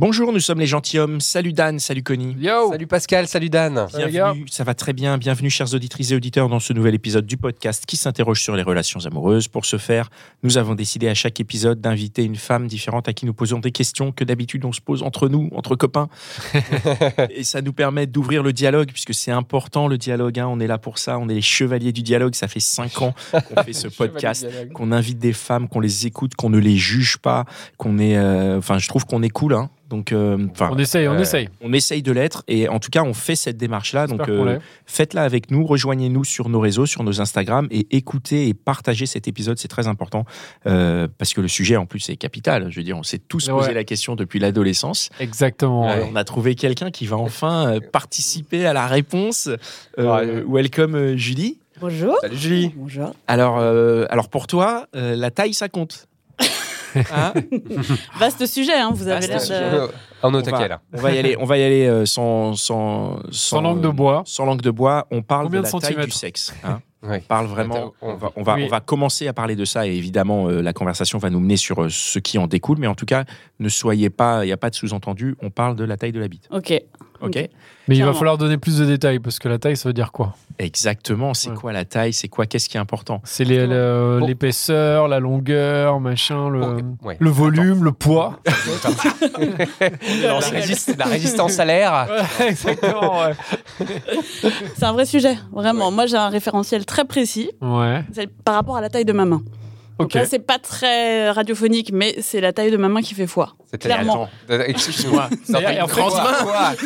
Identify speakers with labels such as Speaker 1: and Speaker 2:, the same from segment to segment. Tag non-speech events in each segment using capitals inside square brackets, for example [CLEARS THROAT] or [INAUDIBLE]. Speaker 1: Bonjour, nous sommes les gentilshommes. Salut Dan, salut Connie.
Speaker 2: Yo
Speaker 3: Salut Pascal, salut Dan.
Speaker 2: les gars.
Speaker 1: Bienvenue, ça va très bien. Bienvenue, chers auditrices et auditeurs, dans ce nouvel épisode du podcast qui s'interroge sur les relations amoureuses. Pour ce faire, nous avons décidé à chaque épisode d'inviter une femme différente à qui nous posons des questions que d'habitude on se pose entre nous, entre
Speaker 2: [LAUGHS]
Speaker 1: copains. et ça nous permet d'ouvrir le dialogue, puisque c'est important le dialogue. hein. On est là pour ça. On est les chevaliers du dialogue. Ça fait cinq ans qu'on fait ce
Speaker 2: [LAUGHS]
Speaker 1: podcast. qu'on invite des femmes, qu'on les écoute, qu'on ne les juge pas, qu'on est. euh, Enfin, je trouve qu'on est cool. Hein. Donc, euh, enfin,
Speaker 2: On essaye, on
Speaker 1: euh,
Speaker 2: essaye.
Speaker 1: on essaye de l'être et en tout cas, on fait cette démarche-là. Donc,
Speaker 2: J'espère qu'on
Speaker 1: euh,
Speaker 2: l'est.
Speaker 1: faites-la avec nous, rejoignez-nous sur nos réseaux, sur nos Instagram et écoutez et partagez cet épisode. C'est très important euh, parce que le sujet, en plus, est capital. Je veux dire, on s'est tous
Speaker 2: Ouais.
Speaker 1: posé la question depuis l'adolescence.
Speaker 2: Exactement.
Speaker 1: Euh, on a trouvé quelqu'un qui va enfin euh, participer à la réponse. Euh, Welcome, euh, Julie.
Speaker 4: Bonjour.
Speaker 3: Salut Julie.
Speaker 4: Bonjour.
Speaker 1: Alors, euh, alors pour toi, euh, la taille, ça
Speaker 2: [LAUGHS]
Speaker 1: compte. Hein
Speaker 4: Vaste sujet, hein, vous avez l'air
Speaker 1: Vaste
Speaker 4: de...
Speaker 3: On est
Speaker 1: On
Speaker 3: au
Speaker 1: va-
Speaker 3: taquet là.
Speaker 1: on va y aller, on va y aller euh, sans, sans, sans, euh,
Speaker 2: Sans langue de bois.
Speaker 1: Oh. Sans langue de bois, on parle
Speaker 2: Combien
Speaker 1: de
Speaker 2: de
Speaker 1: la taille du
Speaker 2: centimètres
Speaker 1: sexe. hein.
Speaker 3: Ouais.
Speaker 1: On parle vraiment.
Speaker 3: Attends,
Speaker 1: On va, on, va,
Speaker 2: Oui.
Speaker 1: on va commencer à parler de ça et évidemment, euh, la conversation va nous mener sur euh, ce qui en découle. Mais en tout cas, ne soyez pas. Il n'y a pas de sous-entendu. On parle de la taille de la bite.
Speaker 4: Ok.
Speaker 1: OK
Speaker 4: Ok.
Speaker 2: Mais il va
Speaker 4: Clairement.
Speaker 2: falloir donner plus de détails parce que la taille, ça veut dire quoi
Speaker 1: Exactement. C'est
Speaker 2: Ouais.
Speaker 1: quoi la taille C'est quoi Qu'est-ce qui est important
Speaker 2: C'est les- le-
Speaker 3: Bon.
Speaker 2: l'épaisseur, la longueur, machin, le,
Speaker 3: Bon, ouais.
Speaker 2: le volume, le poids.
Speaker 3: Non, c'est résist- la résistance à l'air.
Speaker 2: Exactement, ouais.
Speaker 4: euh, C'est un vrai sujet, vraiment. Moi, j'ai un référentiel très précis
Speaker 2: Ouais,
Speaker 4: c'est par rapport à la taille de ma main. Donc
Speaker 2: ok.
Speaker 4: là, c'est pas très radiophonique, mais c'est la taille de ma main qui fait foi.
Speaker 3: C'était Euh,
Speaker 4: Clairement.
Speaker 3: Excuse-moi. Non,
Speaker 2: Et
Speaker 3: mais
Speaker 2: en fait,
Speaker 3: quoi,
Speaker 2: quoi
Speaker 3: Quoi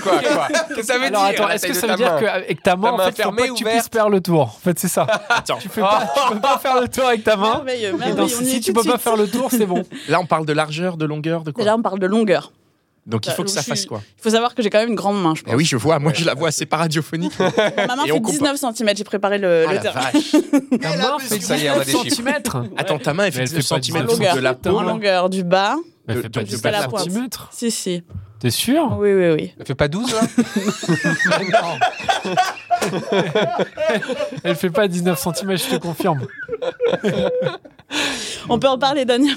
Speaker 3: Quoi Quoi Qu'est-ce que ça veut
Speaker 2: Alors
Speaker 3: dire
Speaker 2: attends,
Speaker 3: la
Speaker 2: est-ce
Speaker 3: taille
Speaker 2: que
Speaker 3: de
Speaker 2: ça
Speaker 3: ta
Speaker 2: veut dire
Speaker 3: main
Speaker 2: qu'avec ta main,
Speaker 3: Ta
Speaker 2: en
Speaker 3: main
Speaker 2: fait, faut pas
Speaker 3: fermée,
Speaker 2: que tu
Speaker 3: ouverte.
Speaker 2: puisses faire le tour En fait, c'est ça.
Speaker 1: Attends.
Speaker 2: Tu, fais pas, tu peux pas faire le tour avec ta main.
Speaker 4: Merveilleux,
Speaker 2: Et
Speaker 4: merveilleux,
Speaker 2: dans-
Speaker 4: on y est
Speaker 2: si tu
Speaker 4: tout
Speaker 2: peux
Speaker 4: de
Speaker 2: pas
Speaker 4: suite.
Speaker 2: faire le tour, c'est bon.
Speaker 1: Là, on parle de largeur, de longueur, de quoi
Speaker 4: Déjà, on parle de longueur.
Speaker 1: Donc il faut
Speaker 4: euh,
Speaker 1: que ça
Speaker 4: je
Speaker 1: fasse
Speaker 4: suis-
Speaker 1: quoi
Speaker 4: Il faut savoir que j'ai quand même une grande main, je pense.
Speaker 1: Eh Oui, je vois. Moi, je la vois. C'est pas radiophonique.
Speaker 4: Ma main
Speaker 1: Et on
Speaker 4: fait
Speaker 1: compare.
Speaker 4: 19 cm, j'ai préparé le,
Speaker 1: Ah,
Speaker 4: le
Speaker 1: la
Speaker 4: terrain. [LAUGHS]
Speaker 1: vache.
Speaker 2: Ta main fait
Speaker 3: ça y est, on a
Speaker 2: 19
Speaker 3: des chiffres.
Speaker 2: centimètres.
Speaker 1: Attends, ta main, elle
Speaker 2: Mais elle
Speaker 1: fait
Speaker 2: fait
Speaker 1: 2 cm
Speaker 2: pas 19
Speaker 1: de la
Speaker 2: centimètres.
Speaker 1: peau.
Speaker 4: En longueur, du bas.
Speaker 2: Elle
Speaker 1: De-
Speaker 2: fait
Speaker 1: de-
Speaker 2: pas
Speaker 1: de-
Speaker 4: jusqu'à la
Speaker 2: 19
Speaker 4: pointe.
Speaker 2: Bah, centimètres.
Speaker 4: Si, si.
Speaker 2: T'es sûr
Speaker 4: Oui, oui, oui.
Speaker 3: Elle fait pas 12 là
Speaker 2: Elle fait pas 19 cm, je te confirme.
Speaker 4: On peut en parler d'un non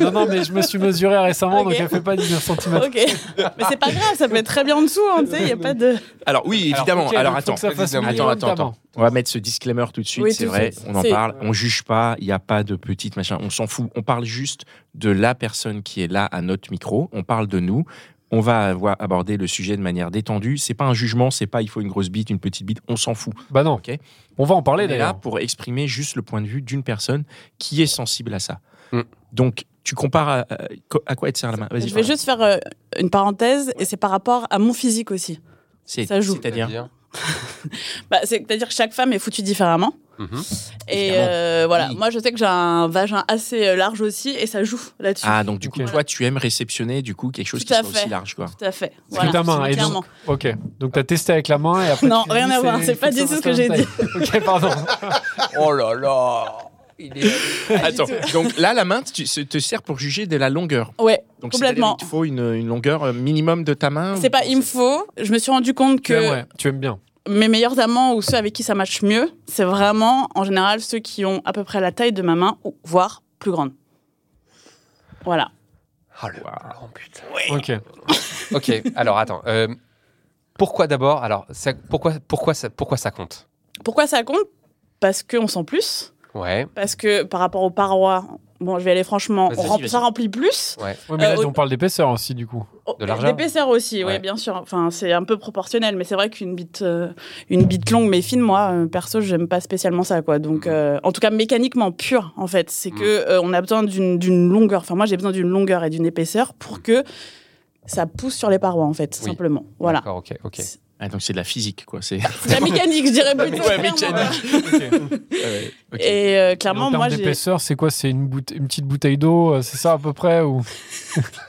Speaker 2: Non, non, mais je me suis mesuré récemment,
Speaker 4: Ok.
Speaker 2: donc elle fait pas 19 cm.
Speaker 4: Ok. Mais c'est pas grave, ça peut être très bien en dessous, hein, tu sais, il n'y a pas de.
Speaker 1: Alors oui,
Speaker 3: Alors,
Speaker 1: évidemment. Alors, attends. Attends,
Speaker 3: Évidemment.
Speaker 1: attends, attends. On va mettre ce disclaimer tout de suite,
Speaker 4: Oui,
Speaker 1: c'est
Speaker 4: tout de
Speaker 1: vrai.
Speaker 4: suite.
Speaker 1: On en
Speaker 4: C'est-
Speaker 1: parle. On juge pas. Il n'y a pas de petite machin. On s'en fout. On parle juste de la personne qui est là à notre micro. On parle de nous. On va avoir- aborder le sujet de manière détendue. C'est pas un jugement. C'est pas il faut une grosse bite, une petite bite. On s'en fout.
Speaker 2: Bah non.
Speaker 1: Ok.
Speaker 2: On va en parler
Speaker 1: On est là
Speaker 2: d'ailleurs.
Speaker 1: pour exprimer juste le point de vue d'une personne qui est sensible à ça.
Speaker 3: Mm.
Speaker 1: Donc tu compares à, à- à quoi elle te sert la main Vas-y.
Speaker 4: Je vais
Speaker 1: parle.
Speaker 4: juste faire euh, une parenthèse, et c'est par rapport à mon physique aussi.
Speaker 1: C'est-
Speaker 4: ça joue.
Speaker 1: C'est-à-dire.
Speaker 4: Bah, C'est-à-dire que chaque femme est foutue différemment.
Speaker 3: Mhm.
Speaker 4: Et
Speaker 1: Évidemment.
Speaker 4: euh, voilà,
Speaker 1: Oui.
Speaker 4: moi je sais que j'ai un vagin assez euh, large aussi, et ça joue là-dessus.
Speaker 1: Ah donc du coup
Speaker 2: Ok.
Speaker 1: toi tu aimes réceptionner du coup quelque chose
Speaker 4: Tout
Speaker 1: qui
Speaker 4: à
Speaker 1: soit
Speaker 4: fait.
Speaker 1: aussi large quoi.
Speaker 4: Tout à fait.
Speaker 2: C'est ta main, et donc-
Speaker 4: clairement.
Speaker 2: Ok. Donc t'as testé avec la main et après.
Speaker 4: Non,
Speaker 2: tu te
Speaker 4: rien
Speaker 2: dis,
Speaker 4: à voir, c'est
Speaker 2: faut
Speaker 4: pas
Speaker 2: que
Speaker 4: du
Speaker 2: ça
Speaker 4: tout ce
Speaker 2: reste
Speaker 4: que
Speaker 2: la
Speaker 4: j'ai
Speaker 2: même taille. ok, pardon.
Speaker 3: Oh là là Il est.
Speaker 1: Attends, donc là, la main tu- se- te sert pour juger de la longueur.
Speaker 4: Ouais,
Speaker 1: Donc, c'est-à-dire,
Speaker 4: Complètement.
Speaker 1: Il te faut une, une longueur euh, minimum de ta main.
Speaker 4: c'est pas il me faut. Je me suis rendu compte
Speaker 2: Tu
Speaker 4: [LAUGHS] que
Speaker 2: aimes, ouais. Tu aimes bien.
Speaker 4: mes meilleurs amants ou ceux avec qui ça matche mieux, c'est vraiment en général ceux qui ont à peu près la taille de ma main, ou voire plus grande. Voilà.
Speaker 3: Oh là là, oh putain.
Speaker 2: Ok.
Speaker 3: Ok, alors attends. euh, pourquoi d'abord Alors, ça- pourquoi, pourquoi, ça, pourquoi ça compte
Speaker 4: Pourquoi ça compte Parce qu'on sent plus.
Speaker 3: Ouais.
Speaker 4: Parce que par rapport aux parois, bon, je vais aller franchement,
Speaker 1: Vas-y,
Speaker 4: on rem-
Speaker 1: vas-y.
Speaker 4: ça remplit plus.
Speaker 2: Ouais, mais
Speaker 4: Euh,
Speaker 2: là,
Speaker 4: au-
Speaker 2: on parle d'épaisseur aussi, du coup.
Speaker 4: Oh,
Speaker 3: De l'argent.
Speaker 4: D'épaisseur aussi, oui,
Speaker 3: Ouais.
Speaker 4: bien sûr. Enfin, c'est un peu proportionnel, mais c'est vrai qu'une bite, euh, une bite longue mais fine, moi, euh, perso, j'aime pas spécialement ça, quoi.
Speaker 1: Mhm.
Speaker 4: Donc, euh, en tout cas, mécaniquement pure, en fait, c'est
Speaker 3: Mm.
Speaker 4: que euh, on a besoin d'une d'une longueur. Enfin, moi, j'ai besoin d'une longueur
Speaker 1: Mhm.
Speaker 4: et d'une épaisseur pour que ça pousse sur les parois, en fait,
Speaker 3: Oui.
Speaker 4: simplement. Voilà.
Speaker 3: D'accord, ok, ok.
Speaker 4: C'est-
Speaker 1: Ah, donc c'est de la physique, quoi. [LAUGHS] C'est.
Speaker 4: C'est la mécanique, je dirais plutôt.
Speaker 1: Ouais,
Speaker 4: clairement.
Speaker 1: mécanique.
Speaker 4: [LAUGHS] Et euh, clairement,
Speaker 2: En termes
Speaker 4: moi, j'ai.
Speaker 2: d'épaisseur, c'est quoi C'est une, boute- une petite bouteille d'eau, euh, c'est ça à peu près ou...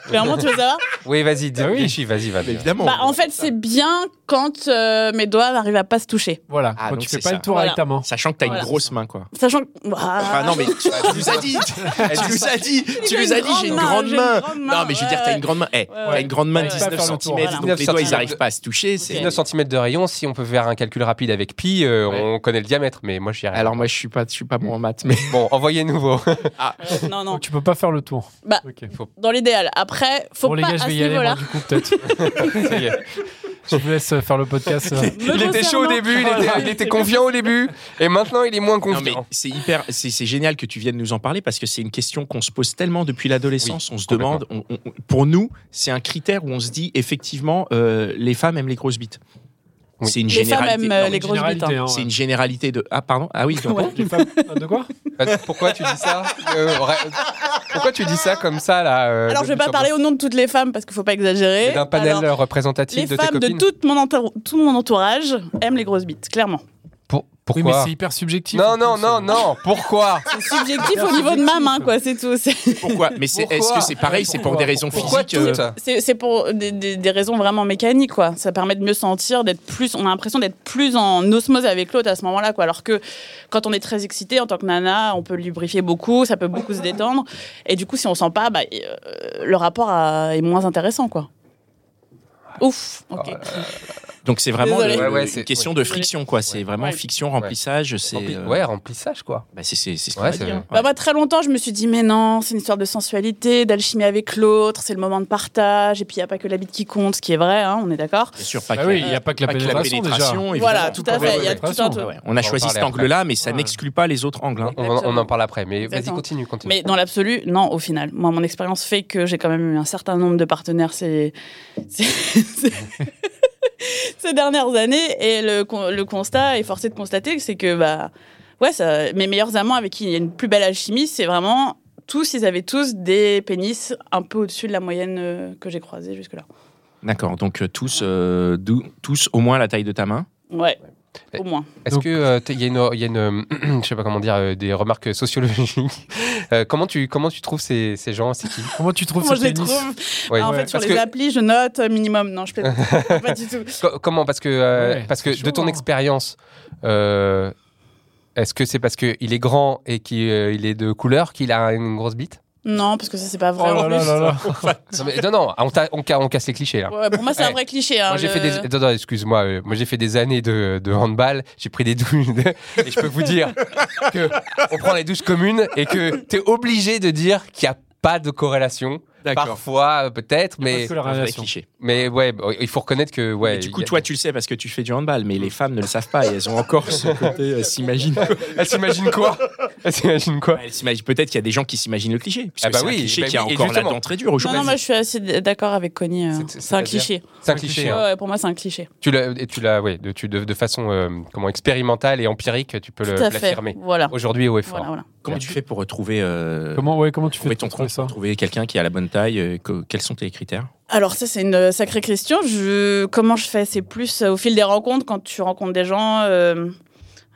Speaker 4: Clairement, tu veux savoir
Speaker 3: Oui, vas-y, dis
Speaker 2: Ah oui.
Speaker 3: déchire, vas-y, va.
Speaker 1: Mais évidemment.
Speaker 4: Bah, en fait, c'est bien quand euh, mes doigts n'arrivent à pas se toucher.
Speaker 2: Voilà,
Speaker 1: Ah,
Speaker 2: quand
Speaker 1: donc
Speaker 2: tu fais
Speaker 1: c'est
Speaker 2: pas
Speaker 1: ça.
Speaker 2: le tour
Speaker 4: Voilà.
Speaker 2: avec ta main.
Speaker 1: Sachant que t'as
Speaker 4: Voilà.
Speaker 1: une grosse main, quoi.
Speaker 4: Sachant que. Ouah.
Speaker 1: Ah non, mais
Speaker 4: [LAUGHS]
Speaker 1: tu tu nous as dit, tu nous as dit, tu
Speaker 4: J'ai
Speaker 1: nous as
Speaker 4: une
Speaker 1: dit, j'ai une grande
Speaker 4: grande main, j'ai une
Speaker 1: main.
Speaker 4: grande main,
Speaker 1: Non, mais je veux dire,
Speaker 4: ouais,
Speaker 1: t'as
Speaker 4: ouais.
Speaker 1: une grande main. Eh,
Speaker 4: Ouais,
Speaker 1: t'as
Speaker 4: ouais.
Speaker 1: une grande main de
Speaker 4: Ouais.
Speaker 1: 19
Speaker 2: Pas faire le tour.
Speaker 1: cm,
Speaker 4: Voilà.
Speaker 1: donc les doigts, ils
Speaker 3: 19
Speaker 1: arrivent pas à se toucher. c'est-
Speaker 3: 19 cm de rayon, si on peut faire un calcul rapide avec pi, euh,
Speaker 1: Ouais.
Speaker 3: on connaît le diamètre, mais moi j'y arrive.
Speaker 1: Alors, moi, je suis pas, je suis pas bon en maths, mais.
Speaker 3: Bon, envoyez [LAUGHS] nouveau.
Speaker 4: Euh, [LAUGHS] non, non.
Speaker 2: Donc, tu peux pas faire le tour.
Speaker 4: Bah,
Speaker 2: Ok.
Speaker 4: Dans l'idéal. Après, faut
Speaker 2: Bon, les
Speaker 4: pas
Speaker 2: gars,
Speaker 4: à
Speaker 2: je
Speaker 4: ce
Speaker 2: vais y aller, moi,
Speaker 4: niveau-là.
Speaker 2: du coup, peut-être. Ça y est. je vous laisse euh, faire le podcast. euh.
Speaker 4: Me
Speaker 3: il était chaud au
Speaker 4: concernant-
Speaker 3: début, il était, il était confiant au début, et maintenant il est moins
Speaker 1: Non,
Speaker 3: confiant.
Speaker 1: mais c'est hyper, c'est c'est génial que tu viennes nous en parler parce que c'est une question qu'on se pose tellement depuis l'adolescence. on se
Speaker 3: complètement.
Speaker 1: demande, on- on- on- pour nous, c'est un critère où on se dit effectivement, euh, les femmes aiment les grosses bites.
Speaker 3: Oui.
Speaker 1: C'est une
Speaker 4: Les femmes
Speaker 1: généralité.
Speaker 4: aiment, euh,
Speaker 1: Non, mais
Speaker 4: [LAUGHS] les grosses
Speaker 2: Généralité,
Speaker 4: bites,
Speaker 2: hein,
Speaker 1: C'est
Speaker 2: ouais.
Speaker 1: une généralité de. Ah, pardon Ah oui, donc-
Speaker 4: Ouais.
Speaker 2: Les femmes- Ah, De quoi
Speaker 3: Bah, Pourquoi tu dis ça Euh, ra- Pourquoi tu dis ça comme ça là euh,
Speaker 4: Alors, je vais
Speaker 3: Lobby
Speaker 4: pas
Speaker 3: sur-
Speaker 4: parler au nom de toutes les femmes parce qu'il faut pas
Speaker 3: mais
Speaker 4: exagérer.
Speaker 3: d'un panel
Speaker 4: Alors,
Speaker 3: représentatif
Speaker 4: les
Speaker 3: de tes
Speaker 4: femmes de
Speaker 3: copines.
Speaker 4: toute mon entour- tout mon entourage aiment les grosses bites, clairement.
Speaker 3: Pour-
Speaker 2: Oui, mais
Speaker 3: pourquoi
Speaker 2: c'est hyper subjectif. en
Speaker 3: Non,
Speaker 2: plus,
Speaker 3: non,
Speaker 2: euh.
Speaker 3: non, non. Pourquoi
Speaker 2: [LAUGHS]
Speaker 4: C'est subjectif au niveau de ma main, quoi, c'est tout. C'est-
Speaker 1: [LAUGHS] pourquoi Mais c'est- est-ce que c'est pareil C'est pour des raisons
Speaker 3: Pourquoi
Speaker 1: physiques euh,
Speaker 3: toutes
Speaker 4: C'est c'est pour des, des- des raisons vraiment mécaniques, quoi. Ça permet de mieux sentir, d'être plus. On a l'impression d'être plus en osmose avec l'autre à ce moment-là, quoi. Alors que quand on est très excité en tant que nana, on peut lubrifier beaucoup, ça peut beaucoup se détendre. Et du coup, si on sent pas, bah, euh, le rapport à- est moins intéressant, quoi. Ouf. ok.
Speaker 1: Donc c'est vraiment
Speaker 4: Désolée.
Speaker 1: le-
Speaker 3: Ouais, ouais,
Speaker 1: une
Speaker 3: c'est-
Speaker 1: question
Speaker 3: oui.
Speaker 1: de friction, quoi. C'est vraiment
Speaker 4: Ouais.
Speaker 1: fiction, remplissage. C'est
Speaker 3: Rempli-
Speaker 1: euh,
Speaker 3: Ouais, remplissage quoi.
Speaker 1: bah, c'est c'est- c'est ce qu'on
Speaker 3: Ouais,
Speaker 1: va
Speaker 3: c'est
Speaker 1: dire.
Speaker 3: vrai.
Speaker 4: Bah, moi, très longtemps, je me suis dit, mais non, c'est une histoire de sensualité, d'alchimie avec l'autre, c'est le moment de partage, et puis il n'y a pas que la bite qui compte, ce qui est vrai, hein, on est d'accord.
Speaker 1: Bien sûr, pas
Speaker 2: Bah
Speaker 1: que
Speaker 2: oui,
Speaker 1: la-
Speaker 2: il n'y a pas que la
Speaker 1: pas que la
Speaker 2: pénétration déjà.
Speaker 1: pénétration.
Speaker 4: Voilà,
Speaker 1: évidemment.
Speaker 4: tout à fait, il y a tout un
Speaker 1: Ah
Speaker 4: tout.
Speaker 1: ouais, On a
Speaker 3: On va en
Speaker 1: choisi
Speaker 3: parler
Speaker 1: cet angle-là, mais ça
Speaker 2: Ouais.
Speaker 1: n'exclut pas les autres angles. hein.
Speaker 3: On, on en
Speaker 4: Exactement.
Speaker 3: parle après, mais vas-y,
Speaker 4: Exactement.
Speaker 3: continue, continue.
Speaker 4: Mais dans l'absolu, non, au final. Moi, mon expérience fait que j'ai quand même eu un certain nombre de partenaires ces, ces- [LAUGHS] ces- ces dernières années. Et le, con- le constat est forcé de constater, c'est que bah, ouais, ça- mes meilleurs amants avec qui il y a une plus belle alchimie, c'est vraiment tous, ils avaient tous des pénis un peu au-dessus de la moyenne euh, que j'ai croisée jusque-là.
Speaker 1: D'accord, donc euh, tous, euh, dou- tous au moins la taille de ta main.
Speaker 4: Ouais,
Speaker 3: Et-
Speaker 4: au moins.
Speaker 3: Est-ce
Speaker 2: Donc-
Speaker 3: que euh, [CLEARS THROAT] t'es- il y a une, il y a une je sais pas comment dire, euh, des remarques sociologiques Euh, Comment tu comment tu trouves ces, ces gens C'est qui
Speaker 2: Comment tu trouves
Speaker 4: Moi,
Speaker 2: ce
Speaker 4: je les
Speaker 2: pénis
Speaker 4: trouve.
Speaker 3: Ouais.
Speaker 4: Ah, en
Speaker 2: Ouais,
Speaker 4: fait, sur
Speaker 3: parce
Speaker 4: les
Speaker 3: que-
Speaker 4: applis, je note euh, minimum. Non, je plaisante. pas du tout.
Speaker 3: Co- Comment Parce que euh,
Speaker 2: Ouais,
Speaker 3: parce que
Speaker 2: c'est
Speaker 3: de ton
Speaker 2: chaud, hein.
Speaker 3: expérience. euh, Est-ce que c'est parce qu'il est grand et qu'il euh, il est de couleur qu'il a une grosse bite
Speaker 4: Non, parce que ça, c'est pas
Speaker 2: Oh là
Speaker 4: vrai.
Speaker 2: là là là.
Speaker 3: non, mais- non, non, on, t'a- on ca- on casse les clichés. là.
Speaker 4: Ouais, pour moi, c'est un
Speaker 3: Ouais.
Speaker 4: vrai cliché. hein,
Speaker 3: Moi, j'ai
Speaker 4: le-
Speaker 3: fait des... Attends, attends, excuse-moi. euh, moi, j'ai fait des années de, de handball. J'ai pris des douches. [LAUGHS] et je peux vous dire que on prend les douches communes et que t'es obligé de dire qu'il n'y a pas de corrélation. Parfois, euh, peut-être,
Speaker 2: Il y a pas
Speaker 3: mais,
Speaker 2: que la
Speaker 1: Parfait,
Speaker 2: relation.
Speaker 1: cliché.
Speaker 3: mais ouais, bon, il faut reconnaître que... Ouais,
Speaker 1: Mais du coup,
Speaker 3: il y a-
Speaker 1: toi, tu le sais parce que tu fais du handball, mais les femmes ne le savent pas et elles ont encore ce côté euh, s'imagine.
Speaker 3: Elle s'imagine quoi Elle s'imagine quoi
Speaker 1: Elles s'imaginent- Peut-être qu'il y a des gens qui s'imaginent le cliché. Puisque
Speaker 3: Ah bah
Speaker 1: c'est un
Speaker 3: oui,
Speaker 1: cliché
Speaker 3: bah
Speaker 1: qui a
Speaker 3: oui, et
Speaker 1: encore la
Speaker 3: justement.
Speaker 1: dent très dure
Speaker 4: Non,
Speaker 1: aujourd'hui.
Speaker 4: non, moi je suis assez d- d'accord avec Connie. euh,
Speaker 3: C'est- c'est-
Speaker 4: C'est un
Speaker 3: c'est-à-dire
Speaker 4: cliché.
Speaker 3: C'est un cliché.
Speaker 4: Ouais,
Speaker 3: hein.
Speaker 4: ouais, pour moi, c'est un cliché.
Speaker 3: Tu l'as, et tu l'as, ouais, de, tu- de, de façon euh, comment expérimentale et empirique, tu peux le-
Speaker 4: Tout à fait.
Speaker 3: l'affirmer.
Speaker 4: Voilà.
Speaker 3: Aujourd'hui, au effort.
Speaker 4: Voilà, voilà.
Speaker 1: Comment tu fais pour retrouver euh,
Speaker 2: Comment, ouais, comment tu fais
Speaker 1: trouver
Speaker 2: pour
Speaker 1: ton
Speaker 2: trouver
Speaker 1: compte,
Speaker 2: ça
Speaker 1: pour trouver quelqu'un qui a la bonne taille euh, que- Quels sont tes critères
Speaker 4: Alors, ça, c'est une euh, sacrée question. Je... Comment je fais C'est plus euh, au fil des rencontres, quand tu rencontres des gens. euh,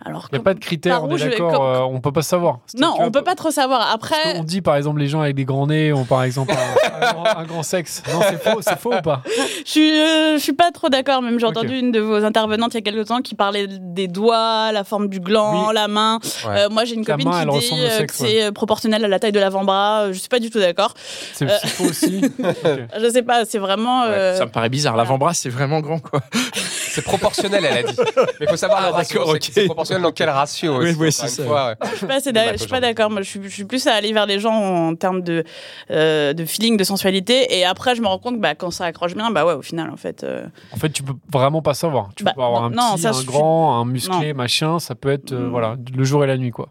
Speaker 4: Alors,
Speaker 2: Il n'y a
Speaker 4: comme-
Speaker 2: pas de critères,
Speaker 4: Par
Speaker 2: on
Speaker 4: où
Speaker 2: est
Speaker 4: je vais-
Speaker 2: d'accord,
Speaker 4: comme-
Speaker 2: euh, on peut pas savoir. C'est-à-dire
Speaker 4: non,
Speaker 2: que, tu
Speaker 4: on
Speaker 2: vois,
Speaker 4: peut pas trop savoir.
Speaker 2: parce
Speaker 4: Après,
Speaker 2: qu'on dit par exemple les gens avec des grands nez ont par exemple un, un grand, un grand sexe. Non, c'est faux, c'est faux ou pas
Speaker 4: je suis, euh, je suis pas trop d'accord. Même j'ai
Speaker 2: Ok.
Speaker 4: entendu une de vos intervenantes il y a quelques temps qui parlait des doigts, la forme du gland,
Speaker 2: Oui.
Speaker 4: la main.
Speaker 3: Ouais.
Speaker 4: Euh, moi, j'ai une
Speaker 2: La
Speaker 4: copine
Speaker 2: main, elle
Speaker 4: qui dit
Speaker 2: ressemble au
Speaker 4: euh, que
Speaker 2: sexe,
Speaker 4: c'est euh, proportionnel à la taille de l'avant-bras. Euh, Je suis pas du tout d'accord.
Speaker 2: C'est
Speaker 4: Euh.
Speaker 2: c'est faux
Speaker 4: [LAUGHS]
Speaker 2: aussi. Ok.
Speaker 4: Je sais pas, c'est vraiment.
Speaker 3: Ouais,
Speaker 4: euh,
Speaker 1: Ça me paraît bizarre.
Speaker 4: voilà.
Speaker 1: L'avant-bras, c'est vraiment grand, quoi.
Speaker 3: C'est proportionnel, elle a dit. Mais il faut savoir
Speaker 1: Ah,
Speaker 3: le ratio.
Speaker 1: d'accord,
Speaker 3: c'est-
Speaker 1: ok.
Speaker 3: C'est proportionnel dans quel
Speaker 1: Oui,
Speaker 3: ratio aussi,
Speaker 1: oui,
Speaker 3: encore
Speaker 1: c'est
Speaker 3: une
Speaker 1: ça.
Speaker 3: fois, ouais.
Speaker 4: Je suis pas, assez
Speaker 3: Dommage
Speaker 4: d'a- je suis pas
Speaker 3: aujourd'hui.
Speaker 4: d'accord. Moi, je suis, je suis plus à aller vers les gens en termes de, euh, de feeling, de sensualité. Et après, je me rends compte que bah, quand ça accroche bien, bah ouais, au final, en fait. euh,
Speaker 2: En fait, tu peux vraiment pas savoir. Tu
Speaker 4: Bah,
Speaker 2: peux avoir un
Speaker 4: non, non,
Speaker 2: petit,
Speaker 4: ça,
Speaker 2: un
Speaker 4: je suis-
Speaker 2: grand, un musclé, machin. Ça peut être euh,
Speaker 4: Mm.
Speaker 2: voilà le jour et la nuit quoi.